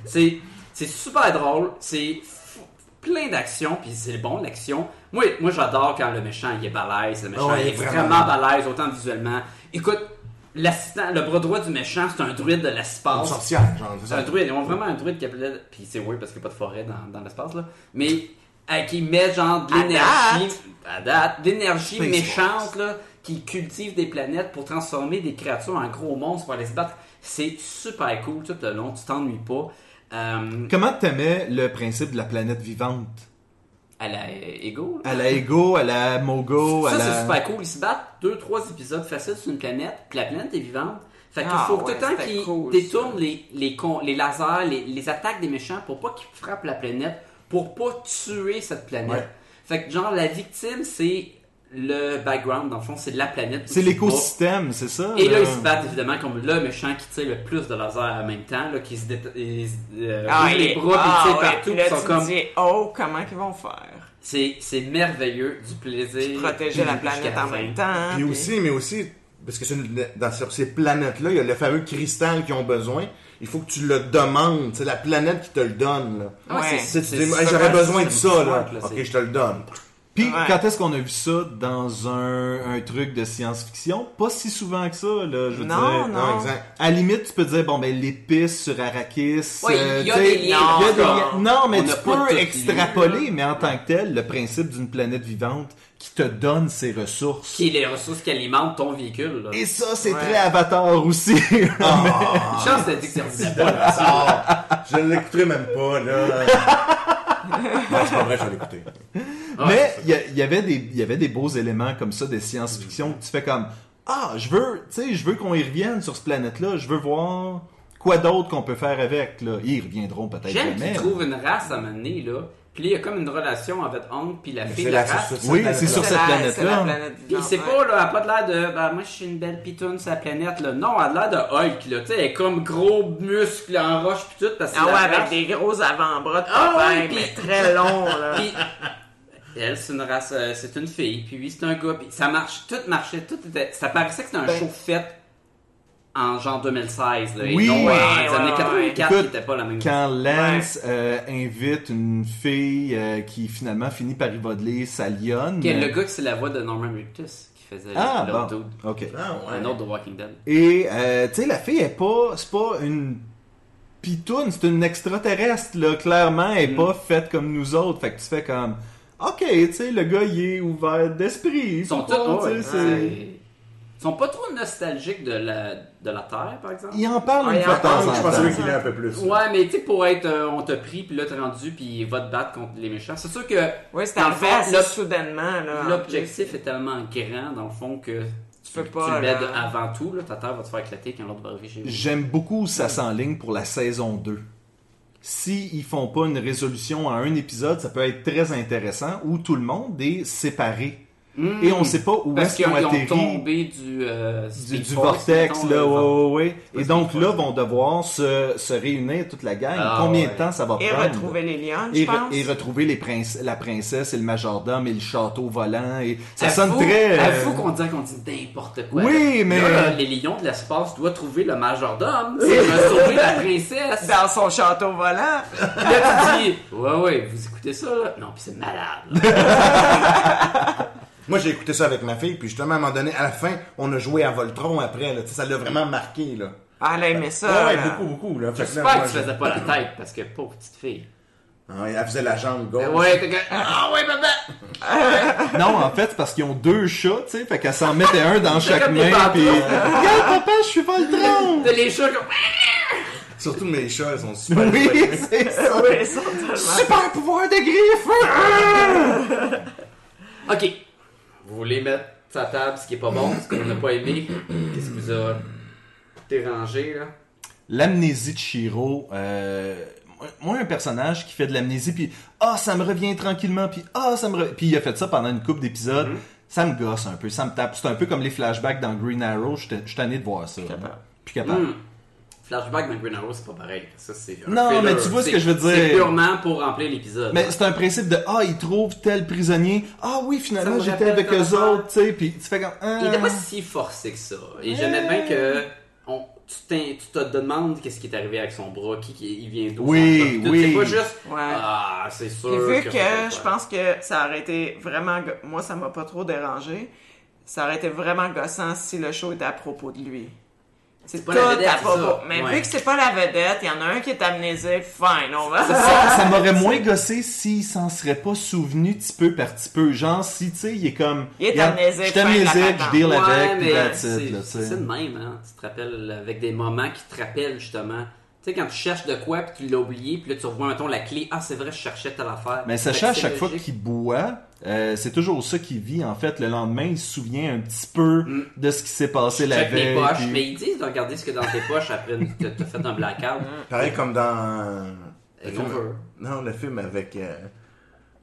Speaker 1: c'est, c'est super drôle, c'est fou- plein d'action, puis c'est bon l'action. Moi, moi j'adore quand le méchant il est balèze, le méchant
Speaker 2: Ouais,
Speaker 1: Oh, il est
Speaker 2: vraiment.
Speaker 1: vraiment balèze, autant visuellement. Écoute, l'assistant, le bras droit du méchant, c'est un druide de
Speaker 2: Une
Speaker 1: l'espace.
Speaker 2: sorcière, genre.
Speaker 1: C'est un druide, ils ont vraiment un druide qui appelait. Puis c'est weird parce qu'il n'y a pas de forêt dans, dans l'espace là. Mais euh, qui met genre de
Speaker 5: À
Speaker 1: l'énergie. À date. D'énergie
Speaker 4: Space
Speaker 1: méchante là. Qui cultive des planètes pour transformer des créatures en gros monstres pour aller se battre. C'est super cool tout le long, tu t'ennuies pas. Euh,
Speaker 4: Comment t'aimais le principe de la planète vivante?
Speaker 1: à la euh, Ego. là.
Speaker 4: À la Ego, à la Mogo, à
Speaker 1: Ça,
Speaker 4: la...
Speaker 1: c'est super cool. Ils se battent deux, trois épisodes faciles sur une planète, puis la planète est vivante. Fait qu'il
Speaker 5: Ah
Speaker 1: faut
Speaker 5: ouais,
Speaker 1: tout le temps
Speaker 5: c'était
Speaker 1: qu'ils
Speaker 5: cool,
Speaker 1: détournent les, les, con- les lasers, les, les attaques des méchants pour pas qu'ils frappent la planète, pour pas tuer cette planète.
Speaker 2: Ouais.
Speaker 1: Fait que, genre, la victime, c'est le background, dans le fond, c'est la planète. où tu
Speaker 4: C'est
Speaker 1: te
Speaker 4: l'écosystème, c'est ça?
Speaker 1: bats. Et là, ils se battent évidemment comme le méchant qui tire le plus de lasers en même temps, là, qui se déta- et se- euh,
Speaker 5: Ah,
Speaker 1: roule
Speaker 5: il
Speaker 1: les
Speaker 5: est
Speaker 1: bras, puis
Speaker 5: ah,
Speaker 1: tire
Speaker 5: ouais,
Speaker 1: partout,
Speaker 5: puis
Speaker 1: puis
Speaker 5: là,
Speaker 1: ils sont
Speaker 5: tu
Speaker 1: comme.
Speaker 5: me dis, oh, comment qu'ils vont faire?
Speaker 1: C'est c'est merveilleux, du plaisir.
Speaker 5: Protéger la
Speaker 1: jusqu'à
Speaker 5: planète en
Speaker 1: fin.
Speaker 5: même temps. hein,
Speaker 2: Puis
Speaker 5: puis-
Speaker 2: aussi, mais aussi, parce que c'est une- dans, sur ces planètes-là, il y a le fameux cristal qu'ils ont besoin. Il faut que tu le demandes. C'est la planète qui te le donne. là.
Speaker 1: Ah ouais,
Speaker 5: Ouais.
Speaker 2: Tu sais, tu dis,
Speaker 1: c'est
Speaker 2: Hey, j'aurais
Speaker 1: vraiment
Speaker 2: besoin de
Speaker 1: système
Speaker 2: ça.
Speaker 1: de
Speaker 2: Là.
Speaker 1: fuck, là,
Speaker 2: ok,
Speaker 1: c'est-
Speaker 2: je te le donne.
Speaker 4: Puis
Speaker 5: Ouais.
Speaker 4: quand est-ce qu'on a vu ça dans un, un truc de science-fiction? Pas si souvent que ça, là, je veux dire.
Speaker 5: Non, non.
Speaker 2: Non, exact.
Speaker 4: À la limite, tu peux dire, bon, ben, l'épice sur Arrakis.
Speaker 1: Ouais,
Speaker 4: euh,
Speaker 1: il y a
Speaker 4: tu
Speaker 1: des
Speaker 4: sais,
Speaker 1: liens,
Speaker 4: il y a des
Speaker 1: genre,
Speaker 4: liens. Non, mais
Speaker 1: on
Speaker 4: tu
Speaker 1: n'a pas tout
Speaker 4: peux
Speaker 1: lu,
Speaker 4: extrapoler, mais en tant que tel, le principe d'une planète vivante qui te donne ses ressources.
Speaker 1: qui est les ressources qui alimentent ton véhicule. Là.
Speaker 4: Et ça, c'est
Speaker 5: Ouais.
Speaker 4: très Avatar aussi.
Speaker 2: Ah,
Speaker 1: Chance d'être dit que c'est
Speaker 4: <laughs>
Speaker 1: pas.
Speaker 2: ah, je ne l'écouterai même pas. Là. non, c'est pas vrai, je vais l'écouter.
Speaker 1: Ah,
Speaker 4: mais il y, a- il y avait des, il y avait des beaux éléments comme ça de science-fiction que tu fais comme, ah, je veux, tu sais, je veux qu'on y revienne sur cette planète-là. Je veux voir quoi d'autre qu'on peut faire avec, là. Ils reviendront peut-être
Speaker 1: J'aime
Speaker 4: jamais.
Speaker 1: qu'il trouve une race à un moment donné, là. Puis là, il y a comme une relation avec Hank puis la fille de
Speaker 2: C'est
Speaker 1: la
Speaker 2: la
Speaker 1: race.
Speaker 2: sur-
Speaker 4: Oui,
Speaker 2: cette
Speaker 4: c'est sur
Speaker 5: C'est
Speaker 4: cette
Speaker 5: la- c'est
Speaker 4: planète-là.
Speaker 5: la planète
Speaker 1: Puis
Speaker 5: vivante,
Speaker 1: c'est
Speaker 5: ouais.
Speaker 1: pas, là, elle a pas de l'air de, bah, moi, je suis une belle pitoune sur la planète, là. Non, elle a l'air de Hulk, là. Tu sais, elle est comme gros muscles en roche puis tout, parce que
Speaker 5: Ah
Speaker 1: la
Speaker 5: ouais,
Speaker 1: race-
Speaker 5: avec des gros avant-bras de
Speaker 1: Ah
Speaker 5: papa,
Speaker 1: ouais,
Speaker 5: mais
Speaker 1: puis- <laughs>
Speaker 5: très long, là.
Speaker 1: Puis, elle, c'est une race, euh, c'est une fille, puis lui, c'est un gars, puis ça marche, tout marchait, tout était. Ça paraissait que c'était un
Speaker 5: Ben.
Speaker 1: show fait en genre 2016, là.
Speaker 4: Oui.
Speaker 1: et non,
Speaker 4: Ouais,
Speaker 1: euh, les
Speaker 5: ouais,
Speaker 1: années
Speaker 5: ouais.
Speaker 1: 84,
Speaker 4: Écoute,
Speaker 1: qui était pas la même
Speaker 4: Quand Lance euh, invite une fille euh, qui finalement finit par y voler sa lionne.
Speaker 1: Qui est le gars qui c'est la voix de Norman Rictus qui faisait
Speaker 4: Ah,
Speaker 1: l'autre
Speaker 4: bon.
Speaker 1: dude.
Speaker 4: Ok.
Speaker 2: Ah, ouais.
Speaker 1: Un autre de Walking Dead.
Speaker 4: Et, euh, tu sais, la fille est pas, c'est pas une pitoune, c'est une extraterrestre, là. Clairement,
Speaker 1: Mm.
Speaker 4: elle est pas faite comme nous autres. Fait que tu fais comme, ok, tu sais, le gars, il est ouvert d'esprit.
Speaker 1: Ils sont
Speaker 4: Faut pas,
Speaker 1: tous. ouais,
Speaker 4: tu sais,
Speaker 1: c'est-
Speaker 4: c'est-
Speaker 1: Ils sont pas trop nostalgiques de la, de la Terre, par exemple.
Speaker 4: Il en parle
Speaker 5: Ah,
Speaker 4: une
Speaker 5: il
Speaker 4: fois
Speaker 5: en
Speaker 4: de
Speaker 2: Ah,
Speaker 4: temps
Speaker 5: parle,
Speaker 4: en
Speaker 2: je pense que
Speaker 4: temps.
Speaker 2: c'est lui qui l'a un peu plus.
Speaker 1: Ouais, mais tu sais, pour être. euh, on t'a pris, puis là, t'es rendu, puis va te battre contre les méchants. C'est sûr que.
Speaker 4: Ah,
Speaker 5: Oui, c'est
Speaker 1: dans le
Speaker 5: arrivé
Speaker 1: fond,
Speaker 5: assez
Speaker 1: l'ob-
Speaker 5: soudainement, là. en
Speaker 1: L'objectif est tellement grand, dans le fond, que. Tu
Speaker 5: peux
Speaker 1: tu
Speaker 5: pas,
Speaker 1: le mets
Speaker 5: là.
Speaker 4: euh,
Speaker 1: de- avant tout, là, ta Terre va te faire éclater quand l'autre va arriver chez vous.
Speaker 4: J'aime beaucoup où ça s'enligne pour la saison 2. si ils font pas une résolution en un épisode, ça peut être très intéressant où tout le monde est séparé
Speaker 1: Hmm.
Speaker 4: et on sait pas où
Speaker 1: Parce
Speaker 4: est-ce
Speaker 1: qu'ils
Speaker 4: qu'ils ont
Speaker 1: ont, ils ont
Speaker 4: atterri
Speaker 1: tombé du, euh,
Speaker 4: du,
Speaker 1: Speed
Speaker 4: du
Speaker 1: Force,
Speaker 4: vortex
Speaker 1: mettons,
Speaker 4: là,
Speaker 1: le vor-
Speaker 4: ouais, ouais, ouais.
Speaker 1: Pas
Speaker 4: Et donc
Speaker 1: Speed
Speaker 4: là
Speaker 1: Force.
Speaker 4: vont devoir se, se réunir toute la gang.
Speaker 1: Ah,
Speaker 4: Combien
Speaker 1: ouais.
Speaker 4: de temps ça va
Speaker 5: Et
Speaker 4: prendre
Speaker 5: retrouver les liens,
Speaker 4: et,
Speaker 5: je
Speaker 4: re-
Speaker 5: pense.
Speaker 4: et retrouver les princes, la princesse et le majordome et le château volant et ça
Speaker 1: Avoue-
Speaker 4: sonne très euh,
Speaker 1: Avoue qu'on dirait qu'on dit n'importe quoi.
Speaker 4: Oui,
Speaker 1: Là,
Speaker 4: mais-
Speaker 1: là, les lions de l'espace doivent trouver le majordome. C'est va sauver la princesse. <laughs>
Speaker 5: Dans son château volant.
Speaker 1: Là, tu dis, ouais, ouais, vous écoutez ça, là? Non, pis c'est malade. là.
Speaker 2: Moi, j'ai écouté ça avec ma fille, puis justement, à un moment donné, à la fin, on a joué à Voltron après, là. Tu sais, ça l'a vraiment marqué, là.
Speaker 5: Ah, elle a aimé ça.
Speaker 2: ouais,
Speaker 5: là.
Speaker 2: beaucoup, beaucoup, là. Fait que là,
Speaker 1: J'espère
Speaker 2: moi,
Speaker 1: que tu
Speaker 2: j'ai-
Speaker 1: faisais pas la tête, parce que pauvre petite fille.
Speaker 2: Ah, elle faisait la jambe gauche.
Speaker 1: Ben ouais, t'es que, ah ouais, papa!
Speaker 4: Non, en fait, c'est parce qu'ils ont deux chats, tu sais, fait qu'elle s'en mettait un dans
Speaker 1: C'est
Speaker 4: chaque
Speaker 1: comme des
Speaker 4: main,
Speaker 1: pantoufles.
Speaker 4: puis euh, regarde papa, je suis Voltron.
Speaker 1: T'as les chats comme, ah.
Speaker 2: Surtout mes chats,
Speaker 4: <laughs>
Speaker 2: ils sont <laughs> super.
Speaker 4: oui, c'est ça.
Speaker 5: Ouais, ça, tellement.
Speaker 4: Super pouvoir de griffes.
Speaker 1: Ah! ok. Vous voulez mettre sa table, ce qui est pas bon, ce qu'on n'a pas aimé. Qu'est-ce qui vous a dérangé, là?
Speaker 4: L'amnésie de Shiro. euh, moi, un personnage qui fait de l'amnésie, puis ah, ça me revient tranquillement, puis ah, ça me re- puis il a fait ça pendant une couple d'épisodes.
Speaker 1: Mm-hmm.
Speaker 4: Ça me gosse un peu, ça me tape. C'est un peu comme les flashbacks dans Green Arrow. Je suis tanné de voir ça.
Speaker 5: capable.
Speaker 4: Puis capable.
Speaker 1: Hmm. Flashback dans Green Arrow, c'est pas pareil. Ça, c'est un
Speaker 4: Non,
Speaker 1: filler.
Speaker 4: mais tu vois ce
Speaker 1: C'est-
Speaker 4: que je veux dire.
Speaker 1: C'est purement pour remplir l'épisode.
Speaker 4: Mais c'est un principe de ah il trouve tel prisonnier ah oui
Speaker 1: Ça
Speaker 4: finalement
Speaker 1: me
Speaker 4: j'étais
Speaker 1: rappelle
Speaker 4: avec
Speaker 1: telle
Speaker 4: eux
Speaker 1: affaire.
Speaker 4: autres tu sais puis tu fais comme ah.
Speaker 1: Il était pas si forcé que ça. Et j'aimais bien que on, tu, t'in- tu te demandes qu'est-ce qui est arrivé avec son bras, qui, qui- il vient d'où.
Speaker 4: Oui,
Speaker 1: son bras, tout.
Speaker 4: oui.
Speaker 1: C'est pas juste.
Speaker 5: Ouais.
Speaker 1: Ah, c'est sûr.
Speaker 5: Et vu que
Speaker 1: qu'on va
Speaker 5: je
Speaker 1: faire.
Speaker 5: pense que ça aurait été vraiment. go- Moi, ça m'a pas trop dérangé. Ça aurait été vraiment gossant si le show était à propos de lui. C'est
Speaker 1: pas
Speaker 5: tout
Speaker 1: la vedette,
Speaker 5: à
Speaker 1: c'est
Speaker 5: propos.
Speaker 1: ça.
Speaker 5: Mais
Speaker 1: Ouais.
Speaker 5: vu que c'est pas la vedette, il y en a un qui est amnésique, fine, on va.
Speaker 4: ça, ça m'aurait moins gossé s'il s'en serait pas souvenu petit peu par petit peu. Genre, si, tu sais, il est comme...
Speaker 5: Il est
Speaker 4: Regarde,
Speaker 5: amnésique,
Speaker 4: Je t'amnésique,
Speaker 5: fin de la
Speaker 4: je deal
Speaker 1: Ouais,
Speaker 4: avec,
Speaker 1: mais
Speaker 4: puis that's
Speaker 1: c'est,
Speaker 4: it, là, tu sais.
Speaker 1: c'est le même, hein. Tu te rappelles avec des moments qui te rappellent justement. Tu sais, quand tu cherches de quoi puis tu l'as oublié, puis là tu revois un ton la clé. Ah, c'est vrai, je cherchais telle affaire.
Speaker 4: Mais
Speaker 1: Fait que
Speaker 4: sachez, à
Speaker 1: c'est
Speaker 4: chaque fois
Speaker 1: logique.
Speaker 4: qu'il boit, euh, c'est toujours ça qu'il vit, en fait. Le lendemain, il se souvient un petit peu
Speaker 1: Mm.
Speaker 4: de ce qui s'est passé la
Speaker 1: Check mes
Speaker 4: veille.
Speaker 1: poches,
Speaker 4: puis-
Speaker 1: mais ils disent de regarder ce que dans tes poches après que t'as fait un blackout.
Speaker 5: Mm.
Speaker 2: Pareil comme dans.
Speaker 1: Et
Speaker 2: le film-
Speaker 1: over.
Speaker 2: Non, le film avec. euh,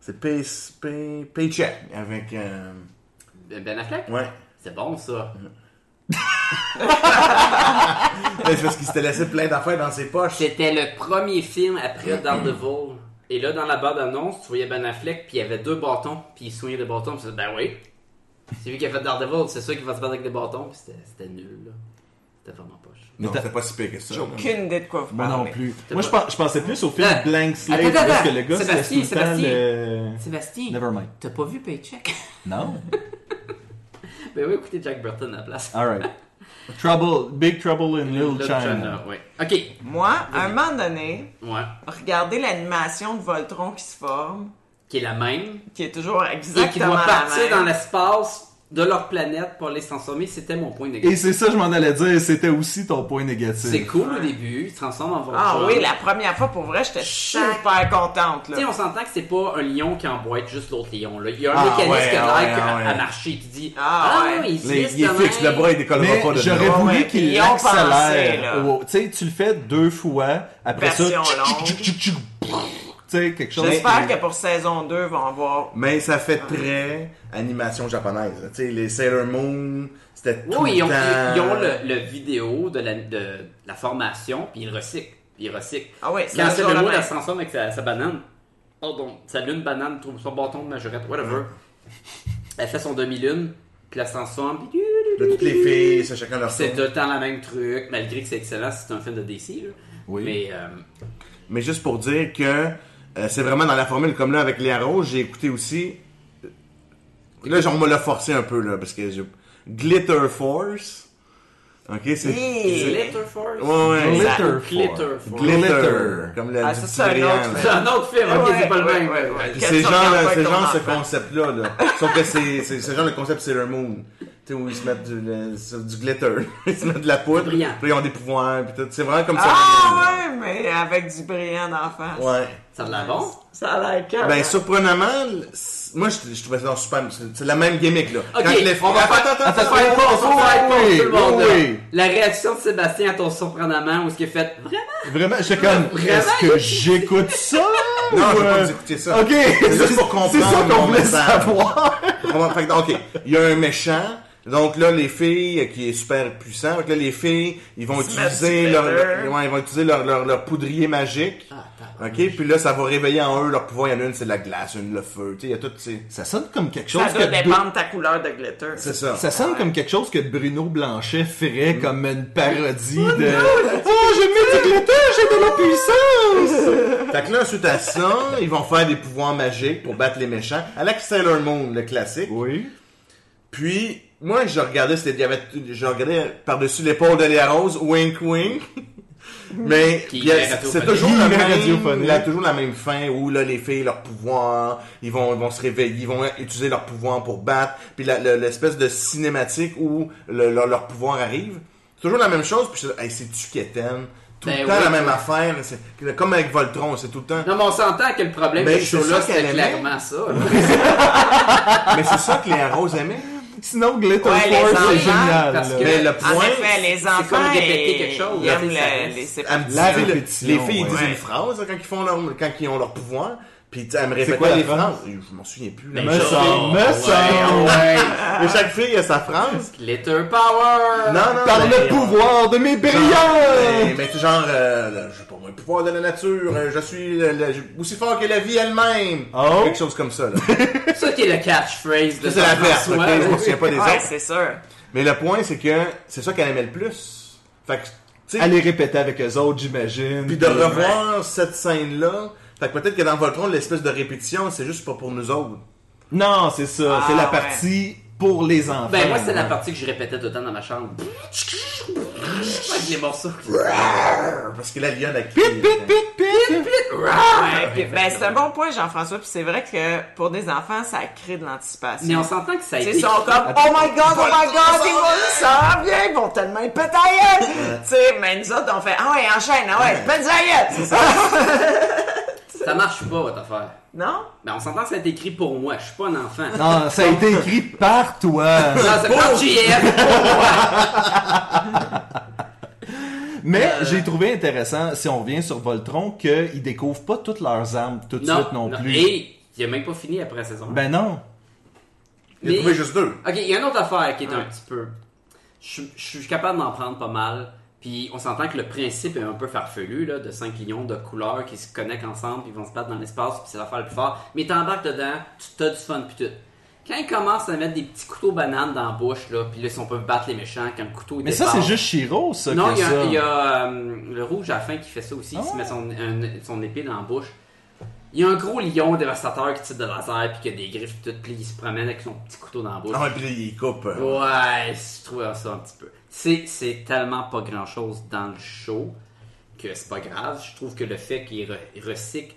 Speaker 2: C'est Pay... Pay... Paycheck. Avec. euh,
Speaker 1: Ben Affleck,
Speaker 2: Ouais.
Speaker 1: c'est bon ça.
Speaker 2: Mais C'est parce qu'il s'était laissé plein d'affaires dans ses poches.
Speaker 1: C'était le premier film après Daredevil. Et là, dans la bande-annonce, tu voyais Ben Affleck, puis il y avait deux bâtons, puis il soignait des bâtons, puis tu disais, ben oui, c'est lui qui a fait Daredevil, c'est sûr qu'il va se battre avec des bâtons, puis c'était c'était nul, là. C'était vraiment poche.
Speaker 4: Mais
Speaker 2: Non,
Speaker 4: t'as-
Speaker 2: c'était pas si pire que ça.
Speaker 5: J'ai aucune idée de quoi vous
Speaker 4: Moi
Speaker 5: parlez.
Speaker 4: non plus.
Speaker 1: T'as
Speaker 4: Moi, je,
Speaker 1: pas-
Speaker 4: pens- je pensais plus au film
Speaker 1: Ah.
Speaker 4: Blank Slate,
Speaker 1: Attends, attends,
Speaker 4: parce que le gars, c'est
Speaker 1: Sébastien,
Speaker 4: tout le temps
Speaker 1: Sébastien.
Speaker 4: le...
Speaker 1: Sébastien,
Speaker 4: Nevermind.
Speaker 1: t'as pas vu
Speaker 5: <laughs>
Speaker 1: Paycheck?
Speaker 4: Non?
Speaker 1: ben oui, écoutez Jack Burton à la place.
Speaker 4: Alright. Trouble, Big Trouble in Ah, Little,
Speaker 1: Little
Speaker 4: China.
Speaker 1: ouais. Ok,
Speaker 5: Moi, à un moment donné,
Speaker 1: ouais.
Speaker 5: regardez l'animation de Voltron qui se forme,
Speaker 1: Qui est la même,
Speaker 5: qui est toujours
Speaker 1: et qui
Speaker 5: exactement
Speaker 1: doit
Speaker 5: la
Speaker 1: partir
Speaker 5: même.
Speaker 1: dans l'espace de leur planète pour les transformer, c'était mon point
Speaker 4: Et
Speaker 1: négatif.
Speaker 4: c'est ça, je m'en allais dire, c'était aussi ton point négatif.
Speaker 1: C'est cool au début, ils se transforment en Vulture.
Speaker 5: Ah oui, la première fois, pour vrai, j'étais super contente.
Speaker 1: Tu sais,
Speaker 5: Là.
Speaker 1: on s'entend que c'est pas un lion qui emboîte juste l'autre lion. Là. Il y a un
Speaker 2: Ah,
Speaker 1: mécanisme
Speaker 2: ouais,
Speaker 1: qui a
Speaker 2: ah,
Speaker 1: l'air
Speaker 2: ouais,
Speaker 1: qu'à-
Speaker 2: ah, ouais.
Speaker 1: à marcher qui dit
Speaker 5: Ah,
Speaker 1: Ah,
Speaker 5: ouais.
Speaker 1: ouais, il se
Speaker 2: Les-
Speaker 1: laisse
Speaker 2: Il est
Speaker 1: de
Speaker 2: fixe,
Speaker 1: même.
Speaker 2: le bras il décollera
Speaker 4: Mais
Speaker 2: pas de
Speaker 4: j'aurais
Speaker 2: là.
Speaker 5: Ouais,
Speaker 4: voulu
Speaker 5: ouais,
Speaker 4: qu'il
Speaker 5: ils ont pensé,
Speaker 4: l'accélère.
Speaker 5: là.
Speaker 4: au- Tu sais, tu le fais deux fois. Après ça,
Speaker 5: Version
Speaker 4: tchou,
Speaker 5: longue.
Speaker 4: tchou, tchou, tchou, tchou, tu sais, quelque chose.
Speaker 5: J'espère que pour saison 2, ils vont avoir...
Speaker 2: Mais ça fait très animation japonaise. là. Tu sais, les Sailor Moon, c'était tout
Speaker 1: Oui,
Speaker 2: le
Speaker 1: ils ont,
Speaker 2: temps...
Speaker 1: ils ont le, le vidéo de la, de la formation, puis ils le recyclent. Ils recyclent.
Speaker 5: Ah oui, c'est
Speaker 1: Quand c'est
Speaker 5: toujours
Speaker 1: le
Speaker 5: la
Speaker 1: mot, elle
Speaker 5: même.
Speaker 1: se transforme avec sa, sa banane. Pardon, sa lune banane, trouve son bâton de majorette, whatever. Elle fait son demi-lune, puis elle se transforme. puis-
Speaker 2: De toutes les filles, c'est chacun leur
Speaker 1: C'est
Speaker 2: tour.
Speaker 1: tout le temps le même truc, malgré que c'est excellent si c'est un film de DC. là.
Speaker 4: Oui.
Speaker 1: Mais euh,
Speaker 2: Mais juste pour dire que euh, c'est vraiment dans la formule comme là avec les Rose, j'ai écouté aussi. euh, Là, genre, on me l'a forcé un peu là, parce que j'ai- Glitter Force. Ok, c'est.
Speaker 5: Hey.
Speaker 2: c'est-
Speaker 1: Glitter Force.
Speaker 2: Ouais, ouais.
Speaker 4: Glitter.
Speaker 1: Glitter Force.
Speaker 2: Glitter. Comme le.
Speaker 5: Ah,
Speaker 2: du
Speaker 5: ça,
Speaker 2: petit
Speaker 5: c'est un
Speaker 2: brillant,
Speaker 5: autre
Speaker 2: là.
Speaker 1: C'est un autre film, ok,
Speaker 5: Ouais,
Speaker 1: c'est pas le
Speaker 5: ouais,
Speaker 1: même.
Speaker 5: ouais, ouais.
Speaker 2: Puis
Speaker 5: Qu'est-ce
Speaker 2: C'est
Speaker 5: qu'on
Speaker 2: genre,
Speaker 5: regarde pas
Speaker 2: c'est
Speaker 5: comme
Speaker 2: genre ce
Speaker 5: enfant?
Speaker 2: concept-là, là. Sauf que c'est, c'est, c'est genre le concept Sailor Moon. Tu sais, où ils se mettent du, le- sur du glitter. <laughs> Ils se mettent de la poudre.
Speaker 1: Brillant.
Speaker 2: Puis ils ont des pouvoirs. Puis tout. C'est vraiment comme ça.
Speaker 5: Ah ouais, mais avec du brillant d'en face.
Speaker 2: Ouais.
Speaker 1: Ça a de la bon?
Speaker 5: Ça a l'air calme.
Speaker 2: Ben, surprenamment, c'est- Moi, je, je trouvais ça super. c'est- C'est la même gimmick, là.
Speaker 1: Ok,
Speaker 2: Quand les-
Speaker 1: on va faire-
Speaker 2: Attends, attends,
Speaker 1: on va
Speaker 2: attends,
Speaker 1: faire
Speaker 2: attends,
Speaker 1: une pause,
Speaker 2: attends,
Speaker 1: on va faire une pause,
Speaker 2: oui,
Speaker 1: tout le monde,
Speaker 2: oui.
Speaker 1: là. La réaction de Sébastien à ton surprenamment, où est-ce qu'il a fait vraiment?
Speaker 4: Vraiment, j'étais
Speaker 2: <laughs>
Speaker 4: comme,
Speaker 1: Vraiment?
Speaker 4: est-ce que j'écoute ça? Ou,
Speaker 2: Non, je vais pas
Speaker 4: euh,
Speaker 2: vous écouter ça.
Speaker 4: Ok,
Speaker 2: juste pour comprendre
Speaker 4: c'est ça
Speaker 2: mon
Speaker 4: qu'on voulait
Speaker 2: message.
Speaker 4: savoir.
Speaker 2: Comment- fait que, ok, il y a un méchant. Donc là, les filles, euh, qui est super puissant. Donc là, les filles, ils vont utiliser
Speaker 5: Smash
Speaker 2: leur,
Speaker 5: Better.
Speaker 2: leur- ouais, ils vont utiliser leur, leur, leur poudrier magique.
Speaker 1: Ah,
Speaker 2: ok, puis là, ça va réveiller en eux leur pouvoir. Il y en a une, c'est la glace, une le feu. Tu sais, il y a tout, c'est,
Speaker 4: Ça sonne comme quelque chose
Speaker 5: Ça doit
Speaker 4: que
Speaker 5: dépendre de ta couleur de glitter.
Speaker 2: c'est ça.
Speaker 4: Ça sonne comme quelque chose que Bruno Blanchet ferait comme une parodie de Oh, j'ai mis du glitter, j'ai de la puissance!
Speaker 2: Fait que là, suite à ça, ils vont faire des pouvoirs magiques pour battre les méchants. À la Sailor Moon, le classique.
Speaker 4: Oui.
Speaker 2: Puis, moi, je regardais, c'était, il y avait- je regardais par-dessus l'épaule de Léa Rose, wink
Speaker 4: <laughs>
Speaker 2: wink. Mais
Speaker 1: Qui
Speaker 2: il y a-
Speaker 1: est
Speaker 2: c'est
Speaker 1: radiophonique.
Speaker 2: toujours
Speaker 4: Qui
Speaker 2: la
Speaker 4: est
Speaker 2: même,
Speaker 4: radiophonique.
Speaker 2: la- toujours la même fin où là les filles leur pouvoir, ils vont ils vont se réveiller, ils vont utiliser leur pouvoir pour battre, puis la- le- l'espèce de cinématique où le- leur, leur pouvoir arrive. C'est toujours la même chose, puis je- hey, c'est tu quétaine. Tout
Speaker 1: Ben
Speaker 2: le temps
Speaker 1: oui,
Speaker 2: la même
Speaker 1: oui.
Speaker 2: affaire, c'est comme avec Voltron, c'est tout le temps.
Speaker 1: Non, mais on s'entend que le problème
Speaker 2: Mais
Speaker 1: de ce
Speaker 2: c'est
Speaker 1: show-là,
Speaker 2: ça
Speaker 1: c'était
Speaker 2: qu'elle aimait.
Speaker 1: clairement ça. là.
Speaker 2: Mais c'est ça que Léa Rose aimait.
Speaker 4: Sinon, Glitter
Speaker 5: Ouais, les
Speaker 4: Force, c'est
Speaker 5: enfants,
Speaker 4: génial.
Speaker 1: parce
Speaker 4: là.
Speaker 1: que-
Speaker 2: Mais le
Speaker 5: En
Speaker 2: point,
Speaker 5: effet, les enfants,
Speaker 1: comme répéter
Speaker 5: ils-
Speaker 1: quelque chose,
Speaker 5: ils aiment
Speaker 1: là, c'est
Speaker 5: le-
Speaker 1: ça.
Speaker 5: les
Speaker 2: Elle me
Speaker 5: séparations.
Speaker 2: dit,
Speaker 4: La
Speaker 2: tu sais, le-
Speaker 4: répétition,
Speaker 2: les filles ils disent
Speaker 4: ouais.
Speaker 2: une phrase hein, quand ils font leur quand ils ont leur pouvoir. Puis tu sais, elle me répétait
Speaker 4: quoi la
Speaker 2: les
Speaker 4: phrase?
Speaker 2: phrases. Et Je m'en souviens plus. là.
Speaker 1: Mais
Speaker 4: Me
Speaker 1: genre,
Speaker 4: semble, me
Speaker 1: ouais,
Speaker 4: semble.
Speaker 1: ouais.
Speaker 2: Mais chaque fille a sa phrase.
Speaker 1: Glitter Power!
Speaker 2: Non, non,
Speaker 4: Par
Speaker 2: mais-
Speaker 4: le pouvoir de mes
Speaker 2: Mais,
Speaker 4: brillants!
Speaker 2: mais c'est genre, euh, le- je sais pas moi, le pouvoir de la nature, euh, je suis le- le- aussi fort que la vie elle-même.
Speaker 4: Oh.
Speaker 2: Quelque chose
Speaker 4: <laughs>
Speaker 2: comme ça. là.
Speaker 1: C'est ça qui est le catchphrase de
Speaker 2: Ça, c'est la verse,
Speaker 1: Jean-François,
Speaker 2: ok?
Speaker 1: là.
Speaker 2: Je me souviens pas des
Speaker 5: Ouais,
Speaker 2: autres.
Speaker 5: c'est sûr.
Speaker 2: Mais le point, c'est que c'est ça qu'elle aimait le plus. Fait que, tu sais,
Speaker 4: Allez répéter avec eux autres, j'imagine.
Speaker 2: Puis de revoir cette scène-là, fait que peut-être que dans Voltron, l'espèce de répétition, c'est juste pas pour nous autres.
Speaker 4: Non, c'est ça.
Speaker 5: Ah,
Speaker 4: c'est la
Speaker 5: ouais.
Speaker 4: partie pour les enfants.
Speaker 1: Ben, moi, c'est la partie que je répétais tout le temps dans ma chambre. Avec les morceaux.
Speaker 2: Parce que la lionne a
Speaker 4: Pit, pit, pit, pit!
Speaker 1: Ah,
Speaker 5: Ouais, puis- ben, c'est un bon point, Jean-François. Puis c'est vrai que pour des enfants, ça crée de l'anticipation.
Speaker 1: Mais on s'entend que ça a
Speaker 5: Tu sais,
Speaker 1: été.
Speaker 5: ils sont comme Oh my god, oh my god, ils vont ça bien, ils vont tellement péter la gueule. Tu sais, mais nous autres, on fait Ah ouais, enchaîne, ah ouais, pète la gueule.
Speaker 1: Ça marche pas, votre affaire.
Speaker 5: <laughs> Non?
Speaker 1: Mais Ben, on s'entend que ça a été écrit pour moi. Je suis pas un enfant. Non,
Speaker 4: Non, <laughs> ça a été écrit par toi.
Speaker 1: <laughs> c'est pas JF.
Speaker 4: Mais j'ai trouvé intéressant, si on revient sur Voltron, qu'ils découvrent pas toutes leurs armes tout de
Speaker 1: Non,
Speaker 4: suite non,
Speaker 1: non.
Speaker 4: plus.
Speaker 1: Et il a même pas fini après la saison.
Speaker 4: Ben non.
Speaker 2: Il a trouvé juste deux.
Speaker 1: Ok, il y a une autre affaire qui est un petit peu. Je je suis capable d'en prendre pas mal. Puis on s'entend que le principe est un peu farfelu, là, de cinq lions de couleurs qui se connectent ensemble, puis ils vont se battre dans l'espace, puis c'est l'affaire le plus fort. Mais t'embarques dedans, tu t'as du fun, puis tout. Quand ils commencent à mettre des petits couteaux bananes dans la bouche, là, puis là, si on peut battre les méchants, quand le couteau
Speaker 4: Mais ça,
Speaker 1: dépasse-
Speaker 4: c'est juste Shiro, ça.
Speaker 1: Non,
Speaker 4: que
Speaker 1: il y a,
Speaker 4: ça.
Speaker 1: il y a, euh, le rouge à la fin qui fait ça aussi, qui se
Speaker 4: Ah.
Speaker 1: met son, un- son épée dans la bouche. Il y a un gros lion dévastateur qui tire de laser, puis qui a des griffes, puis tout, puis il se promène avec son petit couteau dans la bouche.
Speaker 4: Ah,
Speaker 2: Non, et Ah puis il coupe. euh,
Speaker 1: Ouais, je trouvais ça un petit peu. C'est, c'est tellement pas grand chose dans le show que c'est pas grave. Je trouve que le fait qu'il re- recycle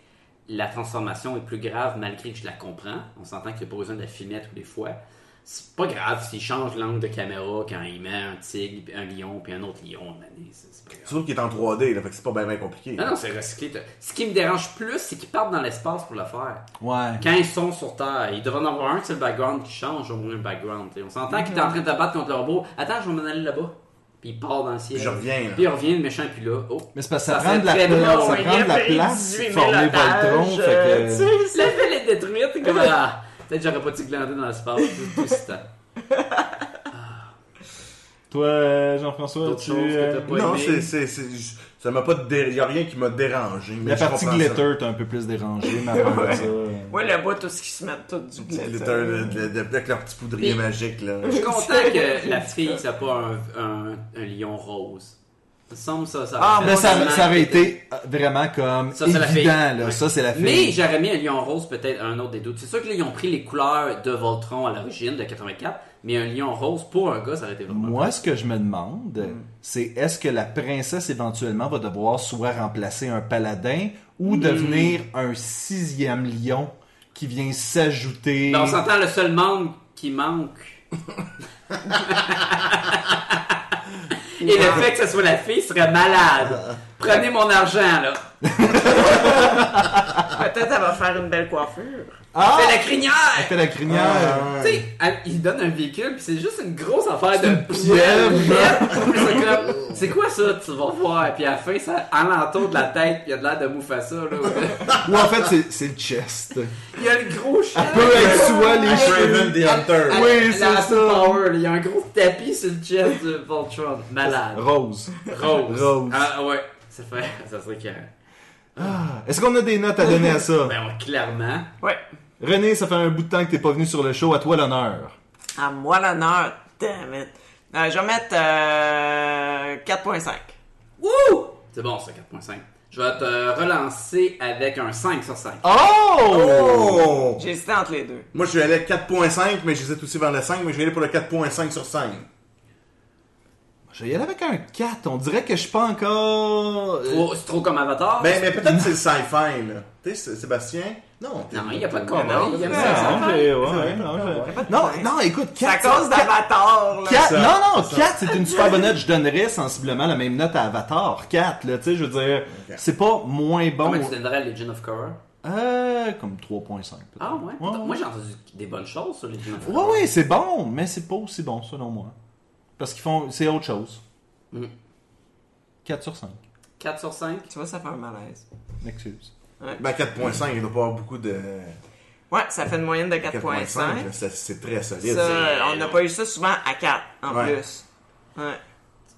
Speaker 1: la transformation est plus grave malgré que je la comprends. On s'entend qu'il n'y a pas besoin de la filmer à tous les fois. C'est pas grave s'il change l'angle de caméra quand il met un tigre, puis un lion, puis un autre lion. man, C'est, c'est pas grave.
Speaker 2: Surtout qu'il est en 3D, là, fait que c'est pas bien compliqué.
Speaker 1: Ah Non, non, c'est recyclé. t'as- Ce qui me dérange plus, c'est qu'ils partent dans l'espace pour le faire.
Speaker 4: Ouais.
Speaker 1: Quand ils sont sur Terre, il devrait en avoir un, c'est le background qui change, au moins le background. t'sais. On s'entend qu'il est en train de battre contre le robot. Attends, je vais m'en aller là-bas. Puis il part dans le ciel.
Speaker 2: Puis je reviens, là.
Speaker 1: Puis il revient, le méchant, puis là,
Speaker 4: <laughs>
Speaker 1: oh.
Speaker 4: Mais c'est parce que ça,
Speaker 1: Ça
Speaker 4: prend
Speaker 1: fait
Speaker 4: de la
Speaker 1: très
Speaker 4: place,
Speaker 1: long,
Speaker 4: ça
Speaker 1: il
Speaker 4: prend de la place pour former Voltron. Fait
Speaker 5: euh,
Speaker 4: que...
Speaker 1: Tu sais, la ville est détruite. Comme, ah, peut-être j'aurais pas dû glander dans l'espace tout, tout ce temps.
Speaker 4: Toi, euh, Jean-François,
Speaker 1: D'autres
Speaker 4: tu...
Speaker 1: choses que t'as
Speaker 4: euh,
Speaker 1: pas
Speaker 2: Non,
Speaker 1: aimé.
Speaker 2: c'est, c'est, c'est, j- ça m'a pas dé... y a rien qui m'a dérangé. mais
Speaker 4: La
Speaker 2: je
Speaker 4: partie
Speaker 2: comprends ça.
Speaker 4: glitter t'as un peu plus
Speaker 1: <laughs>
Speaker 4: dérangé, mais avant
Speaker 2: Ouais.
Speaker 4: ça... euh,
Speaker 5: Oui, le bout, tout ce qui se met tout du euh,
Speaker 2: Le
Speaker 5: glitter.
Speaker 2: Glitter, le- le- le- avec leur petit poudrier
Speaker 1: Puis-
Speaker 2: magique, là.
Speaker 1: Je suis content que la fille, ça pas un, un, un lion rose. Ça me semble ça. ça
Speaker 5: Ah,
Speaker 4: mais ça,
Speaker 1: vraiment-
Speaker 4: ça aurait été euh, vraiment comme
Speaker 1: Ça, c'est
Speaker 4: évident,
Speaker 1: la fille.
Speaker 4: là.
Speaker 1: Ouais.
Speaker 4: Ça, c'est la fille.
Speaker 1: Mais j'aurais mis un lion rose peut-être un autre des deux. C'est sûr que là, ils ont pris les couleurs de Voltron à l'origine de 84, mais un lion rose pour un gars, ça aurait été vraiment.
Speaker 4: Moi, ce que je me demande, c'est est-ce que la princesse éventuellement va devoir soit remplacer un paladin ou devenir un sixième lion qui vient s'ajouter.
Speaker 1: Mais on s'entend le seul membre qui
Speaker 4: <laughs>
Speaker 1: manque. Et le fait que ce soit la fille serait malade. Prenez mon argent, là.
Speaker 5: Peut-être elle va faire une belle coiffure.
Speaker 4: Ah!
Speaker 1: Fais la crinière!
Speaker 4: Elle fait la crinière.
Speaker 1: Tu sais, elle- il donne un véhicule, pis c'est juste une grosse affaire de
Speaker 4: une pièvre.
Speaker 1: Puis <laughs> c'est comme, C'est quoi ça? Tu vas voir. Puis à la fin, ça alentour de la tête, pis il y a de l'air de Mufasa. Là. <laughs>
Speaker 4: Ou en fait, c'est- c'est le chest.
Speaker 1: Il y a le gros chien.
Speaker 4: Peu avec soit les
Speaker 2: Craven
Speaker 4: cheveux.
Speaker 2: the Hunter.
Speaker 1: Elle-
Speaker 4: Oui,
Speaker 1: elle a
Speaker 4: c'est
Speaker 1: la
Speaker 4: ça.
Speaker 1: Power, là. il y a un gros tapis sur le chest de Voltron. Malade.
Speaker 4: Rose.
Speaker 1: Rose.
Speaker 4: Rose.
Speaker 1: Ah ouais, ça fait. <laughs> Ça serait carré.
Speaker 4: Est-ce qu'on a des notes à donner à ça?
Speaker 1: Ben, on- clairement.
Speaker 5: Ouais.
Speaker 4: René, ça fait un bout de temps que t'es pas venu sur le show. À toi l'honneur.
Speaker 5: À moi l'honneur. Damn it. Euh, je vais mettre euh, 4.5.
Speaker 1: Wouh! C'est bon, ça, 4.5. Je vais te euh, relancer avec un 5 sur 5.
Speaker 5: Ah.
Speaker 4: Oh!
Speaker 2: Oh!
Speaker 5: J'ai hésité entre les deux.
Speaker 2: Moi, je vais aller à 4.5, mais j'hésite aussi vers le 5, mais je vais aller pour le 4.5 sur 5.
Speaker 4: Je vais y aller avec un 4. On dirait que je suis pas encore... euh,
Speaker 1: Trop- Oh, C'est trop comme Avatar.
Speaker 2: Ben,
Speaker 5: Ben,
Speaker 2: Mais, mais peut-être que c'est le sci-fi, là. Tu sais, Sé- Sébastien? Non. t'es-
Speaker 1: Non, il n'y a pas de
Speaker 2: Mais
Speaker 1: combat.
Speaker 2: non.
Speaker 1: Il y a
Speaker 5: ben non,
Speaker 1: pas
Speaker 4: Non,
Speaker 1: de
Speaker 4: hein, j'ai-
Speaker 2: C'est
Speaker 4: ouais,
Speaker 2: vrai,
Speaker 4: non,
Speaker 2: ouais.
Speaker 4: j'ai- non, non, écoute,
Speaker 5: C'est à
Speaker 4: 4,
Speaker 5: cause d'Avatar, là.
Speaker 4: 4,
Speaker 2: Ça,
Speaker 4: non, non,
Speaker 2: ça.
Speaker 4: 4, c'est une super bonne note. Je donnerais sensiblement la même note à Avatar. 4, là, tu sais, je veux dire, c'est pas moins
Speaker 5: Ah,
Speaker 4: bon.
Speaker 1: Comment Ah, tu donnerais Legend of Korra?
Speaker 4: Euh, comme 3.5. peut-être.
Speaker 1: Ah ouais?
Speaker 4: Ouais,
Speaker 1: Moi j'ai entendu des bonnes choses sur Legend of
Speaker 4: Ouais,
Speaker 1: Korra.
Speaker 4: ouais, c'est bon, mais c'est pas aussi bon, selon moi. Parce qu'ils font, c'est autre chose.
Speaker 1: Mm.
Speaker 4: 4 sur 5.
Speaker 1: 4 sur 5.
Speaker 5: Tu vois, ça fait un malaise.
Speaker 4: Excuse.
Speaker 2: Ben, 4.5, il doit pas avoir beaucoup de.
Speaker 5: Ouais, ça fait une moyenne de 4.5.
Speaker 2: 4.5, c'est- c'est très solide.
Speaker 5: Ça, on n'a pas eu ça souvent à 4 en
Speaker 2: Ouais.
Speaker 5: plus. Ouais.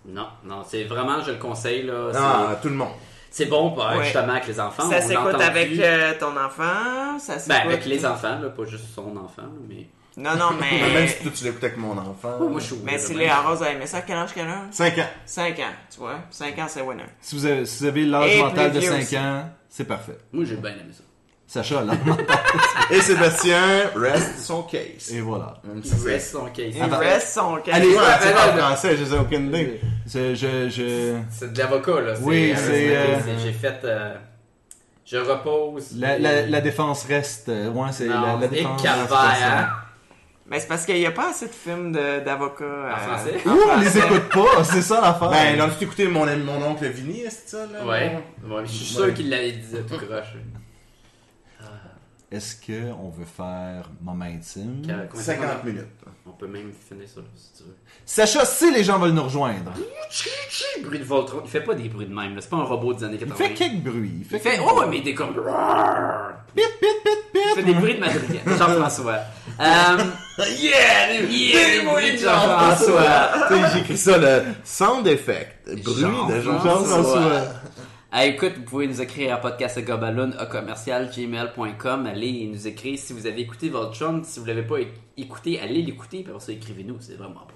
Speaker 1: Non, non, c'est vraiment, je le conseille là.
Speaker 2: Ah, tout le monde.
Speaker 1: C'est- C'est bon pour
Speaker 5: Ouais.
Speaker 1: justement avec les enfants.
Speaker 5: Ça
Speaker 1: Ah, on
Speaker 5: s'écoute
Speaker 1: l'a
Speaker 5: avec
Speaker 1: entendu.
Speaker 5: euh, ton enfant, ça
Speaker 1: Ben,
Speaker 5: s'écoute.
Speaker 1: avec les enfants, là, pas juste son enfant, mais.
Speaker 5: Non,
Speaker 1: <laughs>
Speaker 5: non,
Speaker 2: Même
Speaker 5: mais.
Speaker 2: si toi, tu l'écoutes avec mon enfant.
Speaker 1: Moi je suis
Speaker 5: mais
Speaker 1: weird,
Speaker 5: si
Speaker 1: là,
Speaker 5: Léa Rose a aimé ça, quel âge qu'elle a
Speaker 2: 5 ans.
Speaker 5: 5 ans, tu vois. 5 ans, c'est winner.
Speaker 4: Si vous avez, si vous avez l'âge
Speaker 5: Et
Speaker 4: mental
Speaker 5: plus
Speaker 4: de
Speaker 5: vieux
Speaker 4: 5
Speaker 5: aussi.
Speaker 4: ans, c'est parfait.
Speaker 1: Moi j'ai bien aimé ça.
Speaker 4: Sacha, là.
Speaker 2: Et Sébastien, reste son case.
Speaker 4: Et voilà.
Speaker 2: Même si
Speaker 1: Il
Speaker 2: c'est-
Speaker 1: reste son case.
Speaker 5: Il reste son cas.
Speaker 4: ben, Allez,
Speaker 2: Ouais, c'est pas en
Speaker 1: Ouais, ouais.
Speaker 2: français, je sais aucune idée.
Speaker 4: C'est- je, je-
Speaker 1: C'est de l'avocat là.
Speaker 4: Oui,
Speaker 1: euh,
Speaker 4: c'est, euh,
Speaker 1: c'est- J'ai fait. euh, je repose.
Speaker 4: La, la- la défense reste. euh, Ouais, c'est la,
Speaker 1: euh, Non,
Speaker 4: la
Speaker 1: et
Speaker 4: défense.
Speaker 1: calvaire, hein.
Speaker 5: Mais c'est parce qu'il n'y a pas assez de films de- d'avocats. euh,
Speaker 1: français?
Speaker 5: en
Speaker 4: Ouh, on les
Speaker 5: français.
Speaker 4: écoute pas, <laughs> c'est ça l'affaire.
Speaker 2: Ben, on a tout écouté mon, mon oncle Vinny, c'est ça, là?
Speaker 1: Ouais.
Speaker 2: non?
Speaker 1: Ouais, je suis sûr
Speaker 2: Ouais.
Speaker 1: qu'il l'avait dit tout croche.
Speaker 4: Est-ce qu'on veut faire moment intime?
Speaker 1: Combien de temps
Speaker 2: 50 minutes.
Speaker 1: On peut même finir ça là, si tu veux.
Speaker 4: Sacha, si les gens veulent nous rejoindre,
Speaker 1: Le bruit de Voltron, il fait pas des bruits de même, là. c'est pas un robot des années
Speaker 4: il
Speaker 1: 80.
Speaker 4: fait quelques bruits. Il fait,
Speaker 1: ben Il fait- oh, ouais, mais il est comme. Il
Speaker 4: pip, pip, pip, pip.
Speaker 1: fait des bruits de madrigal. Jean-François.
Speaker 4: <laughs>
Speaker 1: Euh, yeah! les- Yeah! Les bruits de Jean-François!
Speaker 2: Tu sais, J'écris ça, le sound effect. Bruit de
Speaker 1: Jean-François.
Speaker 2: Jean-François.
Speaker 1: Ah, écoute, vous pouvez nous écrire à podcastgobaloon à commercial gmail.com. Allez nous écrire si vous avez écouté Voltron. Si vous l'avez pas é- écouté, allez l'écouter. Puis après ça, écrivez-nous. C'est vraiment bon.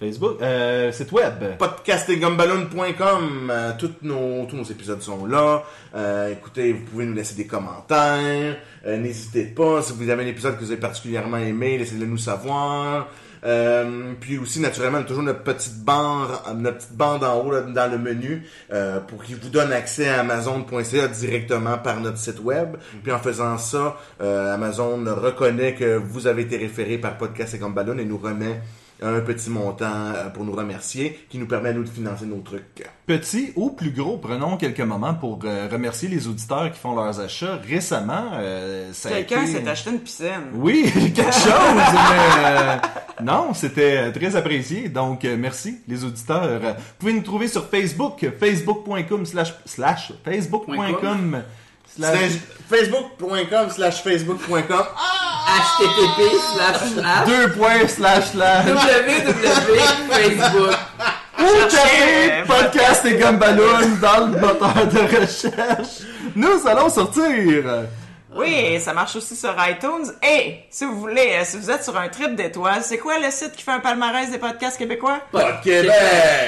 Speaker 4: Facebook, euh, site web.
Speaker 2: podcastinggumballoon.com. Euh, tous, nos, tous nos épisodes sont là. Euh, écoutez, vous pouvez nous laisser des commentaires. Euh, N'hésitez pas. Si vous avez un épisode que vous avez particulièrement aimé, laissez-le nous savoir. Euh, puis aussi, naturellement, toujours notre petite barre, notre petite bande en haut là, dans le menu euh, pour qu'il vous donne accès à Amazon.ca directement par notre site web. Puis en faisant ça, euh, Amazon reconnaît que vous avez été référé par Podcast et Comme Ballon et nous remet un petit montant euh, pour nous remercier qui nous permet nous de financer nos trucs.
Speaker 4: Petit ou plus gros, prenons quelques moments pour euh, remercier les auditeurs qui font leurs achats récemment. euh, ça a
Speaker 5: Quelqu'un
Speaker 4: été-
Speaker 5: s'est acheté une piscine.
Speaker 4: Oui, <laughs> quelque chose, mais euh, non, c'était euh, très apprécié. Donc, euh, merci les auditeurs. Euh, Vous pouvez nous trouver sur Facebook, facebook.com slash slash facebook.com slash
Speaker 2: Facebook.com slash Facebook.com.
Speaker 1: HTTP slash slash
Speaker 4: deux points slash slash
Speaker 1: www.facebook.
Speaker 4: ou
Speaker 5: Cherchez,
Speaker 4: tapez podcast et gomme ballon dans le moteur de recherche. Nous allons sortir.
Speaker 5: Oui, ça marche aussi sur iTunes. Et si vous voulez, euh, si vous êtes sur un trip d'étoiles, c'est quoi le site qui fait un palmarès des podcasts québécois?
Speaker 2: Pod Québec!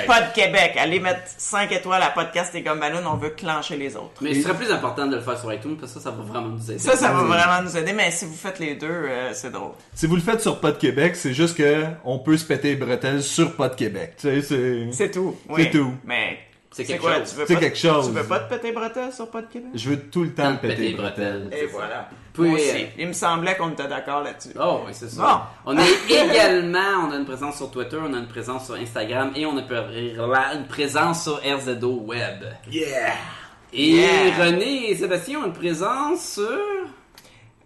Speaker 5: Pod Québec. Allez mettre 5 étoiles à Podcast et Gomme Ballon, on veut clencher les autres.
Speaker 1: Mais ce serait plus important de le faire sur iTunes parce que ça, ça va vraiment nous aider.
Speaker 5: Ça, ça va vraiment nous aider, mais si vous faites les deux, euh, c'est drôle.
Speaker 4: Si vous le faites sur Pod Québec, c'est juste que on peut se péter les bretelles sur Pod Québec. Tu sais, c'est
Speaker 5: C'est tout. oui.
Speaker 4: C'est tout.
Speaker 5: Mais
Speaker 1: C'est
Speaker 5: C'est
Speaker 1: quelque
Speaker 5: quoi,
Speaker 1: chose.
Speaker 5: tu veux
Speaker 4: C'est
Speaker 5: pas
Speaker 4: quelque chose.
Speaker 5: Tu veux pas te péter bretelles sur Pas de Québec?
Speaker 4: Je veux tout le temps me péter les bretelles.
Speaker 5: Et voilà.
Speaker 1: Puis,
Speaker 5: Moi
Speaker 1: euh,
Speaker 5: aussi. Il me semblait qu'on était d'accord là-dessus.
Speaker 1: Oh, oui, c'est ça.
Speaker 5: Bon.
Speaker 1: On
Speaker 5: <laughs>
Speaker 1: est également, on a une présence sur Twitter, on a une présence sur Instagram et on a une présence sur RZO Web.
Speaker 2: Yeah!
Speaker 1: Et
Speaker 5: Yeah.
Speaker 1: René et Sébastien ont une présence sur...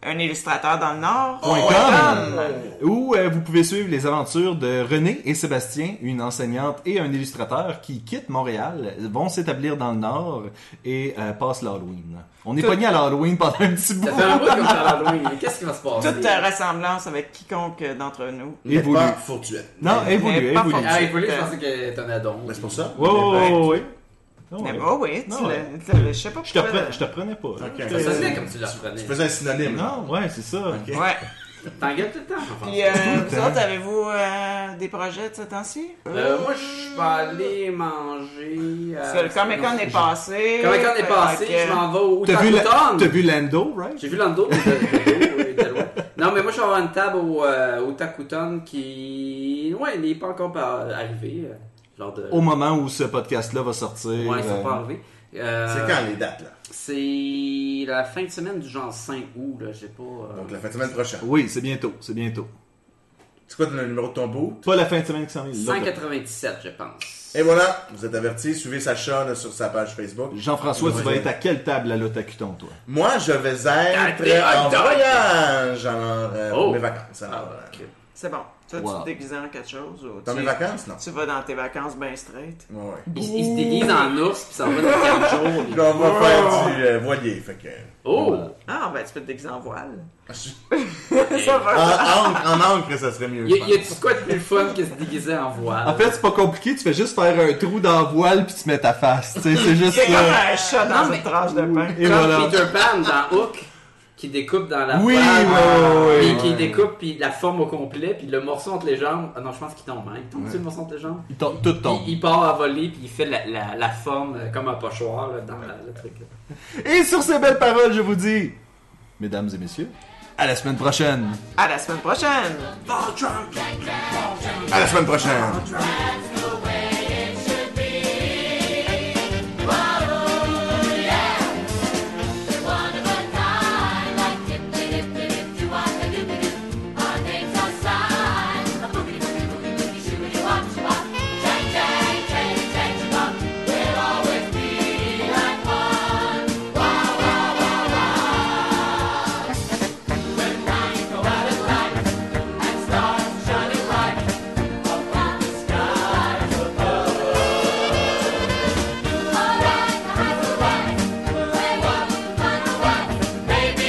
Speaker 5: Un illustrateur dans le Nord.
Speaker 4: Point
Speaker 5: Oh,
Speaker 4: com.
Speaker 5: Tom.
Speaker 4: Où euh, vous pouvez suivre les aventures de René et Sébastien, une enseignante et un illustrateur qui quittent Montréal, vont s'établir dans le Nord et euh, passent l'Halloween. On est pogné à l'Halloween pendant un petit bout.
Speaker 1: Ça fait un bout qu'on parle loin, mais qu'est-ce qui va se passer?
Speaker 5: Toute euh, ressemblance avec quiconque euh, d'entre nous.
Speaker 4: Évolue.
Speaker 2: Pas fourtuette.
Speaker 4: Non, évolue,
Speaker 5: Mais pas
Speaker 4: évolue.
Speaker 5: forcément.
Speaker 1: Ah, il voulait, je pensais que t'en as donc.
Speaker 2: Mais c'est pour ça.
Speaker 4: Ouais, ouais, ouais, ouais. Non,
Speaker 5: Mais
Speaker 4: ouais.
Speaker 5: oh oui, tu
Speaker 4: Non,
Speaker 5: l'as-
Speaker 4: ouais.
Speaker 5: tu l'as- je sais pas
Speaker 4: Je te
Speaker 5: pourquoi.
Speaker 4: reprenais, je te reprenais pas.
Speaker 1: Ça sonnait comme tu la reprenais.
Speaker 2: Tu faisais un synonyme.
Speaker 4: Non, ouais, c'est ça.
Speaker 2: Ok.
Speaker 5: Ouais.
Speaker 1: T'engueules tout le temps, je pense.
Speaker 5: Puis euh, vous autres, avez-vous euh, des projets de ce temps-ci?
Speaker 1: Euh, moi, je vais aller manger. euh,
Speaker 5: Parce que le Comic Con
Speaker 4: Euh,
Speaker 5: est passé.
Speaker 1: Comic Con est passé,
Speaker 5: Fait que, euh,
Speaker 1: je m'en vais au
Speaker 4: T'as vu, la- t'as
Speaker 1: Takuton.
Speaker 4: vu Lando, right?
Speaker 1: J'ai vu Lando, mais de- de- euh, de- oui, de loin. Non, mais moi, je vais avoir une table au, euh, au Takuton qui. Ouais, il n'est pas encore par- arrivé. euh, lors de...
Speaker 4: Au moment où ce podcast-là va sortir.
Speaker 1: Ouais, c'est
Speaker 4: euh,
Speaker 1: pas arrivé. Euh,
Speaker 2: C'est quand les dates, là?
Speaker 1: C'est la fin de semaine du genre 5 août, là, j'ai pas. euh,
Speaker 2: Donc la fin de semaine prochaine.
Speaker 4: Oui, c'est bientôt, c'est bientôt.
Speaker 2: C'est quoi le numéro de ton bout?
Speaker 4: Pas la fin de semaine qui s'en vient. là.
Speaker 1: 197, je pense.
Speaker 2: Et voilà, vous êtes avertis, suivez Sacha là, sur sa page Facebook.
Speaker 4: Jean-François, tu
Speaker 2: Ouais.
Speaker 4: vas être à quelle table à l'Otacuton, toi?
Speaker 2: Moi, je vais
Speaker 1: t'es
Speaker 2: être en
Speaker 1: hot dog.
Speaker 2: voyage, alors, euh,
Speaker 1: Oh.
Speaker 2: pour mes vacances. Alors,
Speaker 1: Ah,
Speaker 2: euh,
Speaker 1: ok.
Speaker 5: C'est bon. Toi, tu
Speaker 4: Wow.
Speaker 5: te déguisais en quelque chose? Ou
Speaker 2: Dans
Speaker 5: tu-
Speaker 2: mes vacances, non?
Speaker 5: Tu vas dans tes vacances bien straight.
Speaker 2: Ouais, ouais.
Speaker 1: Il, il se déguise en ours, puis ça va dans 4 jours.
Speaker 2: <laughs> Puis on va faire du euh, voilier, fait que...
Speaker 1: Oh!
Speaker 5: Ah, ben tu peux te déguiser en voile.
Speaker 1: Ça
Speaker 2: En encre, en encre, ça serait mieux,
Speaker 1: Y,
Speaker 2: je
Speaker 1: y
Speaker 2: pense.
Speaker 1: a-tu quoi de plus fun que se déguiser en voile?
Speaker 4: En fait, c'est pas compliqué, tu fais juste faire un trou dans la voile puis tu mets ta face. tu sais, C'est juste
Speaker 5: C'est comme
Speaker 4: ça.
Speaker 5: un chat dans
Speaker 1: Non,
Speaker 5: une
Speaker 1: mais-
Speaker 5: tranche de pain.
Speaker 4: Et
Speaker 1: Comme
Speaker 4: voilà.
Speaker 1: Peter Pan dans Hook, qui découpe dans la
Speaker 4: Oui,
Speaker 1: voile,
Speaker 4: ouais, ouais, ouais,
Speaker 1: puis
Speaker 4: ouais.
Speaker 1: qui découpe, puis la forme au complet, puis le morceau entre les jambes. Ah non, je pense qu'il tombe, hein. Il tombe sur le morceau entre les jambes.
Speaker 4: Il tombe- Tout
Speaker 1: Puis
Speaker 4: tombe.
Speaker 1: il part à voler, puis il fait la, la, la forme euh, comme un pochoir là, dans la- le truc. euh, là.
Speaker 4: Et sur ces belles paroles, je vous dis, mesdames et messieurs, à la semaine prochaine.
Speaker 5: À la semaine prochaine!
Speaker 2: À la semaine prochaine!
Speaker 6: One of a kind, like dip-a-dip-a-dip-doo, wop-a-doop-a-doop. Our names are signed. A boogie-boogie-boogie-boogie, shooby-doo-wop-shoo-wop. Chang, chang, chang, chang, chang-wop. We'll always be like one. Wow, wow, wow, wow. When night go out of sight and stars shining bright upon the skies above. All right, the heights are right. Maybe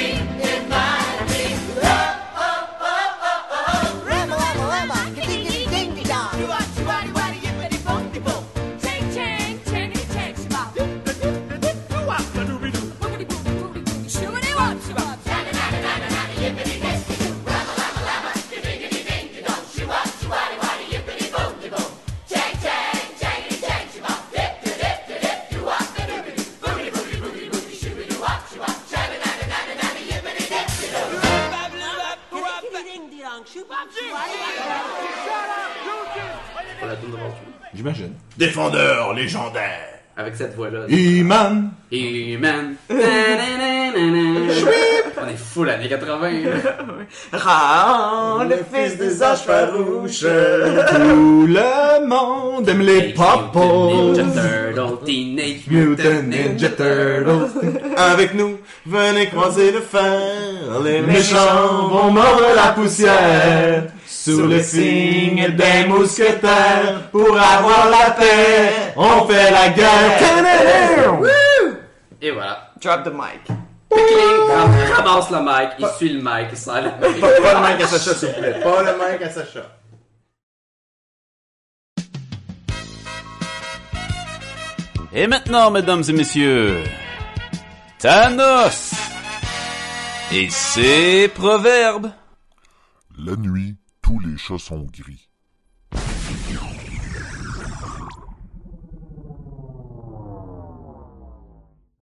Speaker 6: it might be love.
Speaker 7: Rubba, rubba, rubba, ding, ding, ding, dong.
Speaker 6: Chang, chang, chang, chang, shabba. Boogity boo, boogity boo, shibbity wop, shabba. Yabba, dabba, dabba, dabba, yippity dippity doo. Rabba, labba, labba, dibbity dingy dong. Shibba, shibbity wobby, yippity boogity boo. Chang, chang, chang, chang, shabba. Dipty, dipty, dipty, woppa, doobity. Boogity, boogity, boogity, boogity, shibbity wop, shabba. Shabba, dabba, dabba, dabba, yippity dippity doo.
Speaker 7: Ding, ding, dong. Shoop, shoop.
Speaker 1: Pour la tourne de Voltron.
Speaker 4: J'imagine.
Speaker 2: Défendeur légendaire!
Speaker 1: Avec cette voix-là.
Speaker 4: Iman.
Speaker 1: Human. On est fou l'année 80. là.
Speaker 5: Raon, le fils des anges farouches.
Speaker 4: Tout le monde aime les
Speaker 1: Ninja
Speaker 4: popos.
Speaker 1: Turtle, Teenage
Speaker 4: Mutant Ninja Turtles. Avec nous,
Speaker 2: Venez croiser le fer,
Speaker 4: Les
Speaker 2: les
Speaker 4: méchants
Speaker 2: méchants!
Speaker 4: vont mordre la poussière sous le signe des mousquetaires pour avoir la paix. On fait la guerre.
Speaker 1: Et voilà.
Speaker 5: Drop the mic.
Speaker 1: Ram- Ramasse le mic, il suit le mic, il sort le mic.
Speaker 2: Pas le mic à Sacha, s'il vous plaît. Pas le mic à Sacha.
Speaker 3: Et maintenant, mesdames et messieurs, Thanos et ses proverbes.
Speaker 8: La nuit, tous les chats sont gris.